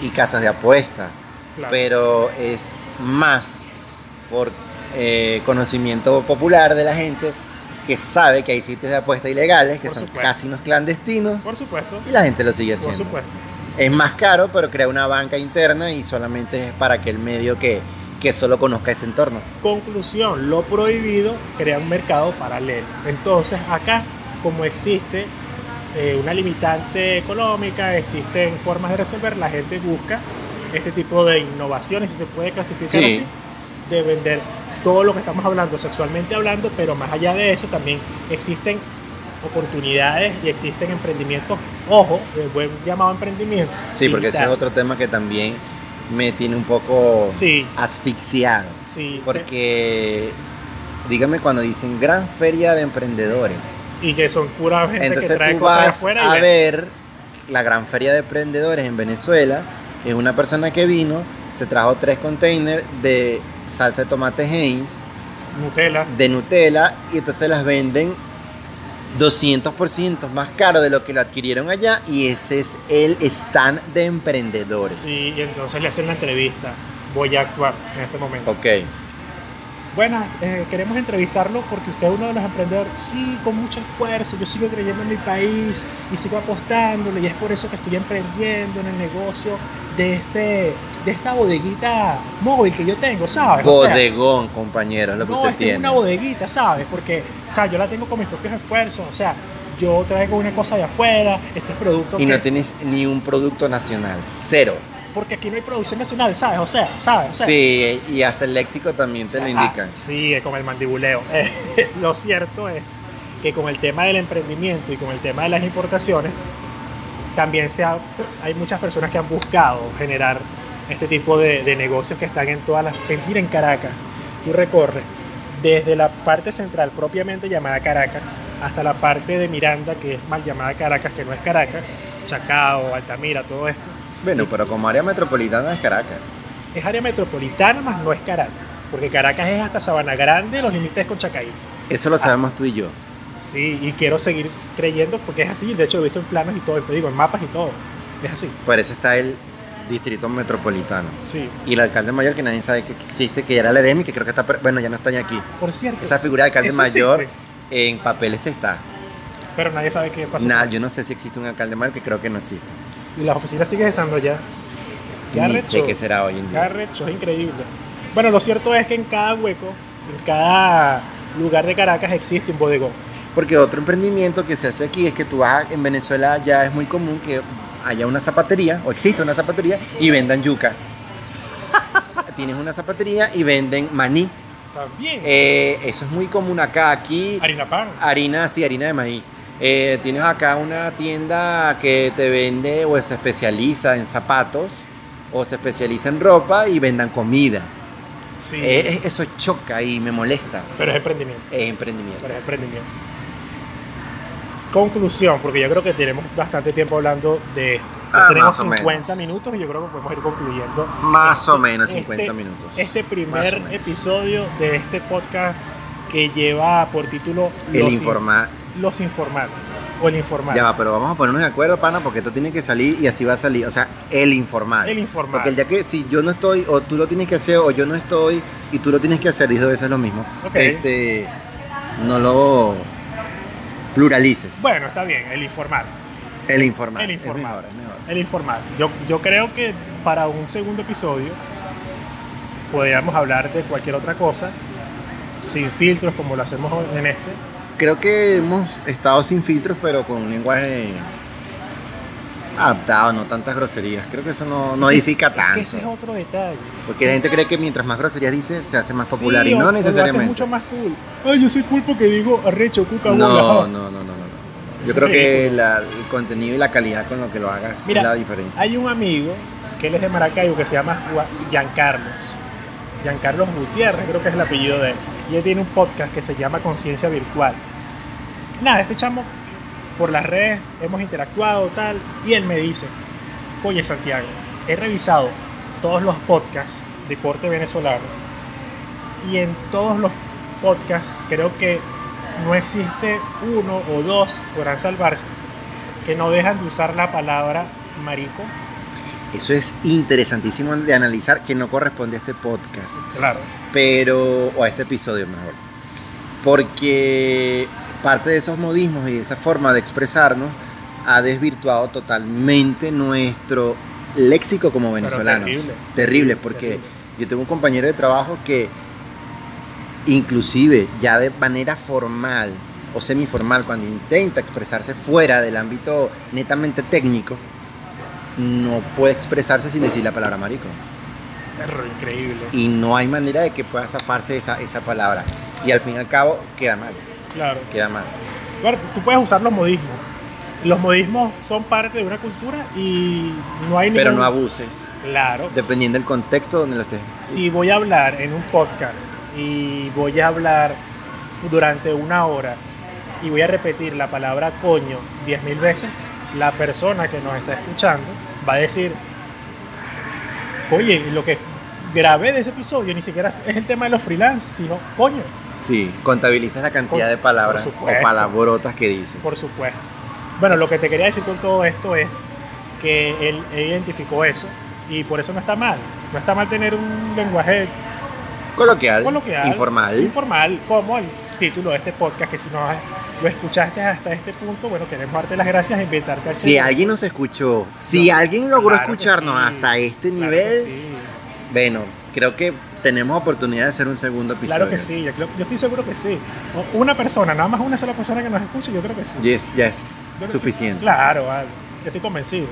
Speaker 2: y casas de apuesta,
Speaker 1: Claro.
Speaker 2: pero es más por eh, conocimiento popular de la gente que sabe que hay sitios de apuesta ilegales, que
Speaker 1: Por
Speaker 2: son
Speaker 1: supuesto.
Speaker 2: casinos clandestinos,
Speaker 1: por supuesto.
Speaker 2: y la gente lo sigue
Speaker 1: Por
Speaker 2: haciendo.
Speaker 1: supuesto.
Speaker 2: Es más caro, pero crea una banca interna y solamente es para aquel medio que, que solo conozca ese entorno.
Speaker 1: Conclusión, lo prohibido crea un mercado paralelo. Entonces acá, como existe eh, una limitante económica, existen formas de resolver, la gente busca este tipo de innovaciones, si se puede clasificar
Speaker 2: Sí.
Speaker 1: así, de vender todo lo que estamos hablando, sexualmente hablando, pero más allá de eso también existen oportunidades y existen emprendimientos, ojo, el buen llamado emprendimiento.
Speaker 2: Sí, porque ese es
Speaker 1: digital.
Speaker 2: otro tema que también me tiene un poco
Speaker 1: Sí,
Speaker 2: asfixiado.
Speaker 1: sí.
Speaker 2: Porque, dígame cuando dicen gran feria de emprendedores.
Speaker 1: Y que son pura gente que
Speaker 2: Entonces
Speaker 1: trae
Speaker 2: tú
Speaker 1: cosas de
Speaker 2: vas
Speaker 1: afuera y
Speaker 2: a
Speaker 1: vende.
Speaker 2: ver la gran feria de emprendedores en Venezuela. Es una persona que vino, se trajo tres containers de salsa de tomate Heinz,
Speaker 1: Nutella.
Speaker 2: de Nutella, y entonces las venden 200% más caro de lo que lo adquirieron allá. Y ese es el stand de emprendedores.
Speaker 1: Sí, y entonces le hacen la entrevista. Voy a actuar en este momento.
Speaker 2: Ok.
Speaker 1: Buenas, eh, queremos entrevistarlo porque usted es uno de los emprendedores. Sí, con mucho esfuerzo. Yo sigo creyendo en mi país y sigo apostándole. Y es por eso que estoy emprendiendo en el negocio de, este, de esta bodeguita móvil que yo tengo, ¿sabes? Ah, O sea,
Speaker 2: Bodegón, compañeros, lo que
Speaker 1: no,
Speaker 2: usted
Speaker 1: es que es
Speaker 2: tiene.
Speaker 1: una bodeguita, ¿sabes? Porque, o sea, yo la tengo con mis propios esfuerzos. O sea, yo traigo una cosa de afuera, este es producto
Speaker 2: Y
Speaker 1: que-
Speaker 2: no tienes ni un producto nacional, cero.
Speaker 1: porque aquí no hay producción nacional, ¿sabes? O sea, ¿sabes? O sea,
Speaker 2: Sí, y hasta el léxico también te lo indica.
Speaker 1: Ah, sí, con el mandibuleo. Eh, lo cierto es que con el tema del emprendimiento y con el tema de las importaciones, también se ha- hay muchas personas que han buscado generar este tipo de, de negocios que están en todas las... en- Mira, en Caracas, tú recorres desde la parte central propiamente llamada Caracas hasta la parte de Miranda, que es mal llamada Caracas, que no es Caracas, Chacao, Altamira, todo esto.
Speaker 2: Bueno, pero como área metropolitana es Caracas.
Speaker 1: Es área metropolitana, más no es Caracas, porque Caracas es hasta Sabana Grande, los límites con Chacaíto.
Speaker 2: Eso
Speaker 1: Ah.
Speaker 2: lo sabemos tú y yo.
Speaker 1: Sí, y quiero seguir creyendo porque es así. De hecho, lo he visto en planos y todo, te digo, en mapas y todo. Es así.
Speaker 2: Por eso está el distrito metropolitano.
Speaker 1: Sí.
Speaker 2: Y el alcalde mayor que nadie sabe que existe, que era Ledesma y que creo que está, per- bueno, ya no está ni aquí.
Speaker 1: Por cierto.
Speaker 2: Esa figura de alcalde
Speaker 1: eso
Speaker 2: mayor
Speaker 1: existe,
Speaker 2: en papeles está.
Speaker 1: pero nadie sabe qué pasó.
Speaker 2: Nada,
Speaker 1: con
Speaker 2: yo
Speaker 1: eso.
Speaker 2: no sé si existe un alcalde mayor que creo que no existe.
Speaker 1: Y las oficinas siguen estando allá. Qué
Speaker 2: Ni
Speaker 1: arrecho.
Speaker 2: sé qué será hoy en
Speaker 1: Qué
Speaker 2: día.
Speaker 1: arrecho, es increíble. Bueno, lo cierto es que en cada hueco, en cada lugar de Caracas existe un bodegón.
Speaker 2: Porque otro emprendimiento que se hace aquí es que tú vas a- en Venezuela ya es muy común que haya una zapatería o existe una zapatería y vendan yuca. Tienes una zapatería y venden maní.
Speaker 1: También.
Speaker 2: Eh, eso es muy común acá, aquí
Speaker 1: Harina pan.
Speaker 2: harina, sí, harina de maíz. Eh, tienes acá una tienda que te vende o se especializa en zapatos o se especializa en ropa y vendan comida.
Speaker 1: Sí.
Speaker 2: Eh, eso choca y me molesta.
Speaker 1: pero es emprendimiento.
Speaker 2: Es emprendimiento.
Speaker 1: Pero es emprendimiento. Conclusión, porque yo creo que tenemos bastante tiempo hablando de esto. Ya
Speaker 2: Ah,
Speaker 1: tenemos
Speaker 2: más o menos.
Speaker 1: 50 minutos y yo creo que podemos ir concluyendo.
Speaker 2: Más o
Speaker 1: este-
Speaker 2: menos
Speaker 1: este-
Speaker 2: 50 minutos.
Speaker 1: Este
Speaker 2: Más o
Speaker 1: primer
Speaker 2: menos.
Speaker 1: episodio de este podcast que lleva por título
Speaker 2: El
Speaker 1: in-
Speaker 2: informar.
Speaker 1: los informales o el informal.
Speaker 2: Ya va, pero vamos a ponernos de acuerdo, pana, porque esto tiene que salir y así va a salir. O sea, el informal.
Speaker 1: El informal.
Speaker 2: Porque el día que si yo no estoy, o tú lo tienes que hacer, o yo no estoy, y tú lo tienes que hacer, y dos veces lo mismo.
Speaker 1: Ok.
Speaker 2: Este, no lo pluralices.
Speaker 1: Bueno, está bien, el informal.
Speaker 2: el informal.
Speaker 1: el informal.
Speaker 2: Es mejor, es mejor.
Speaker 1: El informal. Yo, yo creo que para un segundo episodio podríamos hablar de cualquier otra cosa, sin filtros como lo hacemos en este.
Speaker 2: Creo que hemos estado sin filtros, pero con un lenguaje adaptado, no tantas groserías. Creo que eso no, no disica
Speaker 1: Es
Speaker 2: tanto.
Speaker 1: que ese es otro detalle.
Speaker 2: Porque la gente cree que mientras más groserías dice, se hace más popular.
Speaker 1: Sí,
Speaker 2: y
Speaker 1: o- o
Speaker 2: no
Speaker 1: lo hace
Speaker 2: necesariamente.
Speaker 1: mucho más cool. Ay, yo soy cool porque digo arrecho, cuca,
Speaker 2: No, no,
Speaker 1: bola.
Speaker 2: no, no, no. no. Yo
Speaker 1: Es
Speaker 2: creo que
Speaker 1: ridículo.
Speaker 2: la- el contenido y la calidad con lo que lo hagas
Speaker 1: Mira,
Speaker 2: es la diferencia.
Speaker 1: Hay un amigo que él es de Maracaibo que se llama Gua- Giancarlos. Giancarlos Gutiérrez, creo que es el apellido de él. Y él tiene un podcast que se llama Conciencia Virtual. Nada, este chamo por las redes hemos interactuado tal y él me dice, oye Santiago, he revisado todos los podcasts de corte venezolano y en todos los podcasts creo que no existe uno o dos podrán salvarse que no dejan de usar la palabra marico.
Speaker 2: Eso es interesantísimo de analizar que no corresponde a este podcast,
Speaker 1: Claro.
Speaker 2: pero o a este episodio mejor. Porque parte de esos modismos y esa forma de expresarnos ha desvirtuado totalmente nuestro léxico como venezolanos.
Speaker 1: terrible.
Speaker 2: terrible porque
Speaker 1: Terrible.
Speaker 2: yo tengo un compañero de trabajo que inclusive ya de manera formal o semiformal cuando intenta expresarse fuera del ámbito netamente técnico no puede expresarse sin decir la palabra marico
Speaker 1: Perro, increíble.
Speaker 2: y no hay manera de que pueda zafarse esa, esa palabra y al fin y al cabo queda mal
Speaker 1: Claro.
Speaker 2: queda mal
Speaker 1: Claro, tú puedes usar los modismos. Los modismos son parte de una cultura y no hay
Speaker 2: pero
Speaker 1: ningún-
Speaker 2: no abuses
Speaker 1: Claro.
Speaker 2: dependiendo del contexto donde lo estés
Speaker 1: Si voy a hablar en un podcast y voy a hablar durante una hora y voy a repetir la palabra coño 10.000 veces, la persona que nos está escuchando va a decir, oye, lo que grabé de ese episodio ni siquiera es el tema de los freelance, sino coño,
Speaker 2: sí contabilizas la cantidad
Speaker 1: Por-
Speaker 2: de palabras
Speaker 1: por
Speaker 2: o
Speaker 1: supuesto.
Speaker 2: palabrotas que dices
Speaker 1: por supuesto. Bueno, lo que te quería decir con todo esto es que él, él identificó eso y por eso no está mal. No está mal tener un lenguaje
Speaker 2: coloquial,
Speaker 1: coloquial,
Speaker 2: informal
Speaker 1: informal, como el título de este podcast, que si no has- lo escuchaste hasta este punto, bueno, queremos darte las gracias e invitarte a que-
Speaker 2: Si alguien nos escuchó, si
Speaker 1: No,
Speaker 2: alguien logró
Speaker 1: claro que
Speaker 2: escucharnos
Speaker 1: sí,
Speaker 2: hasta este
Speaker 1: Claro que
Speaker 2: nivel,
Speaker 1: sí,
Speaker 2: bueno, creo que tenemos oportunidad de hacer un segundo episodio.
Speaker 1: Claro que sí, yo, creo- yo estoy seguro que sí. O- Una persona, nada más una sola persona que nos escuche, yo creo que sí.
Speaker 2: Yes, ya es
Speaker 1: Yo creo que-
Speaker 2: suficiente.
Speaker 1: Claro, vale. Yo estoy convencido.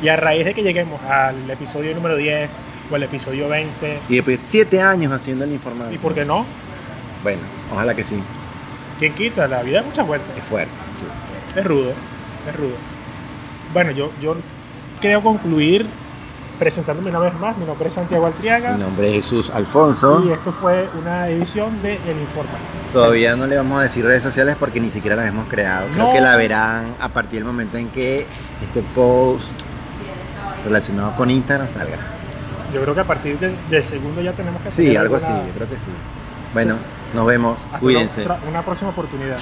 Speaker 1: Y a raíz de que lleguemos al episodio número 10 o al episodio 20,
Speaker 2: Y después de siete años haciendo el informal.
Speaker 1: ¿y por qué no?
Speaker 2: Bueno, ojalá que sí.
Speaker 1: ¿Quién quita? La vida da muchas vueltas.
Speaker 2: Es fuerte. sí.
Speaker 1: Es rudo, es rudo. Bueno, yo, yo creo concluir presentándome una vez más. Mi nombre es Santiago Altriaga
Speaker 2: Mi nombre es Jesús Alfonso.
Speaker 1: y esto fue una edición de El Informal.
Speaker 2: Todavía no le vamos a decir redes sociales porque ni siquiera las hemos creado. Creo
Speaker 1: No.
Speaker 2: que la verán a partir del momento en que este post relacionado con Instagram salga.
Speaker 1: Yo creo que a partir del, del segundo ya tenemos que
Speaker 2: Sí,
Speaker 1: tener
Speaker 2: algo así,
Speaker 1: alguna-
Speaker 2: yo creo que sí. Bueno, nos vemos,
Speaker 1: hasta una-
Speaker 2: cuídense.
Speaker 1: otra- una próxima oportunidad.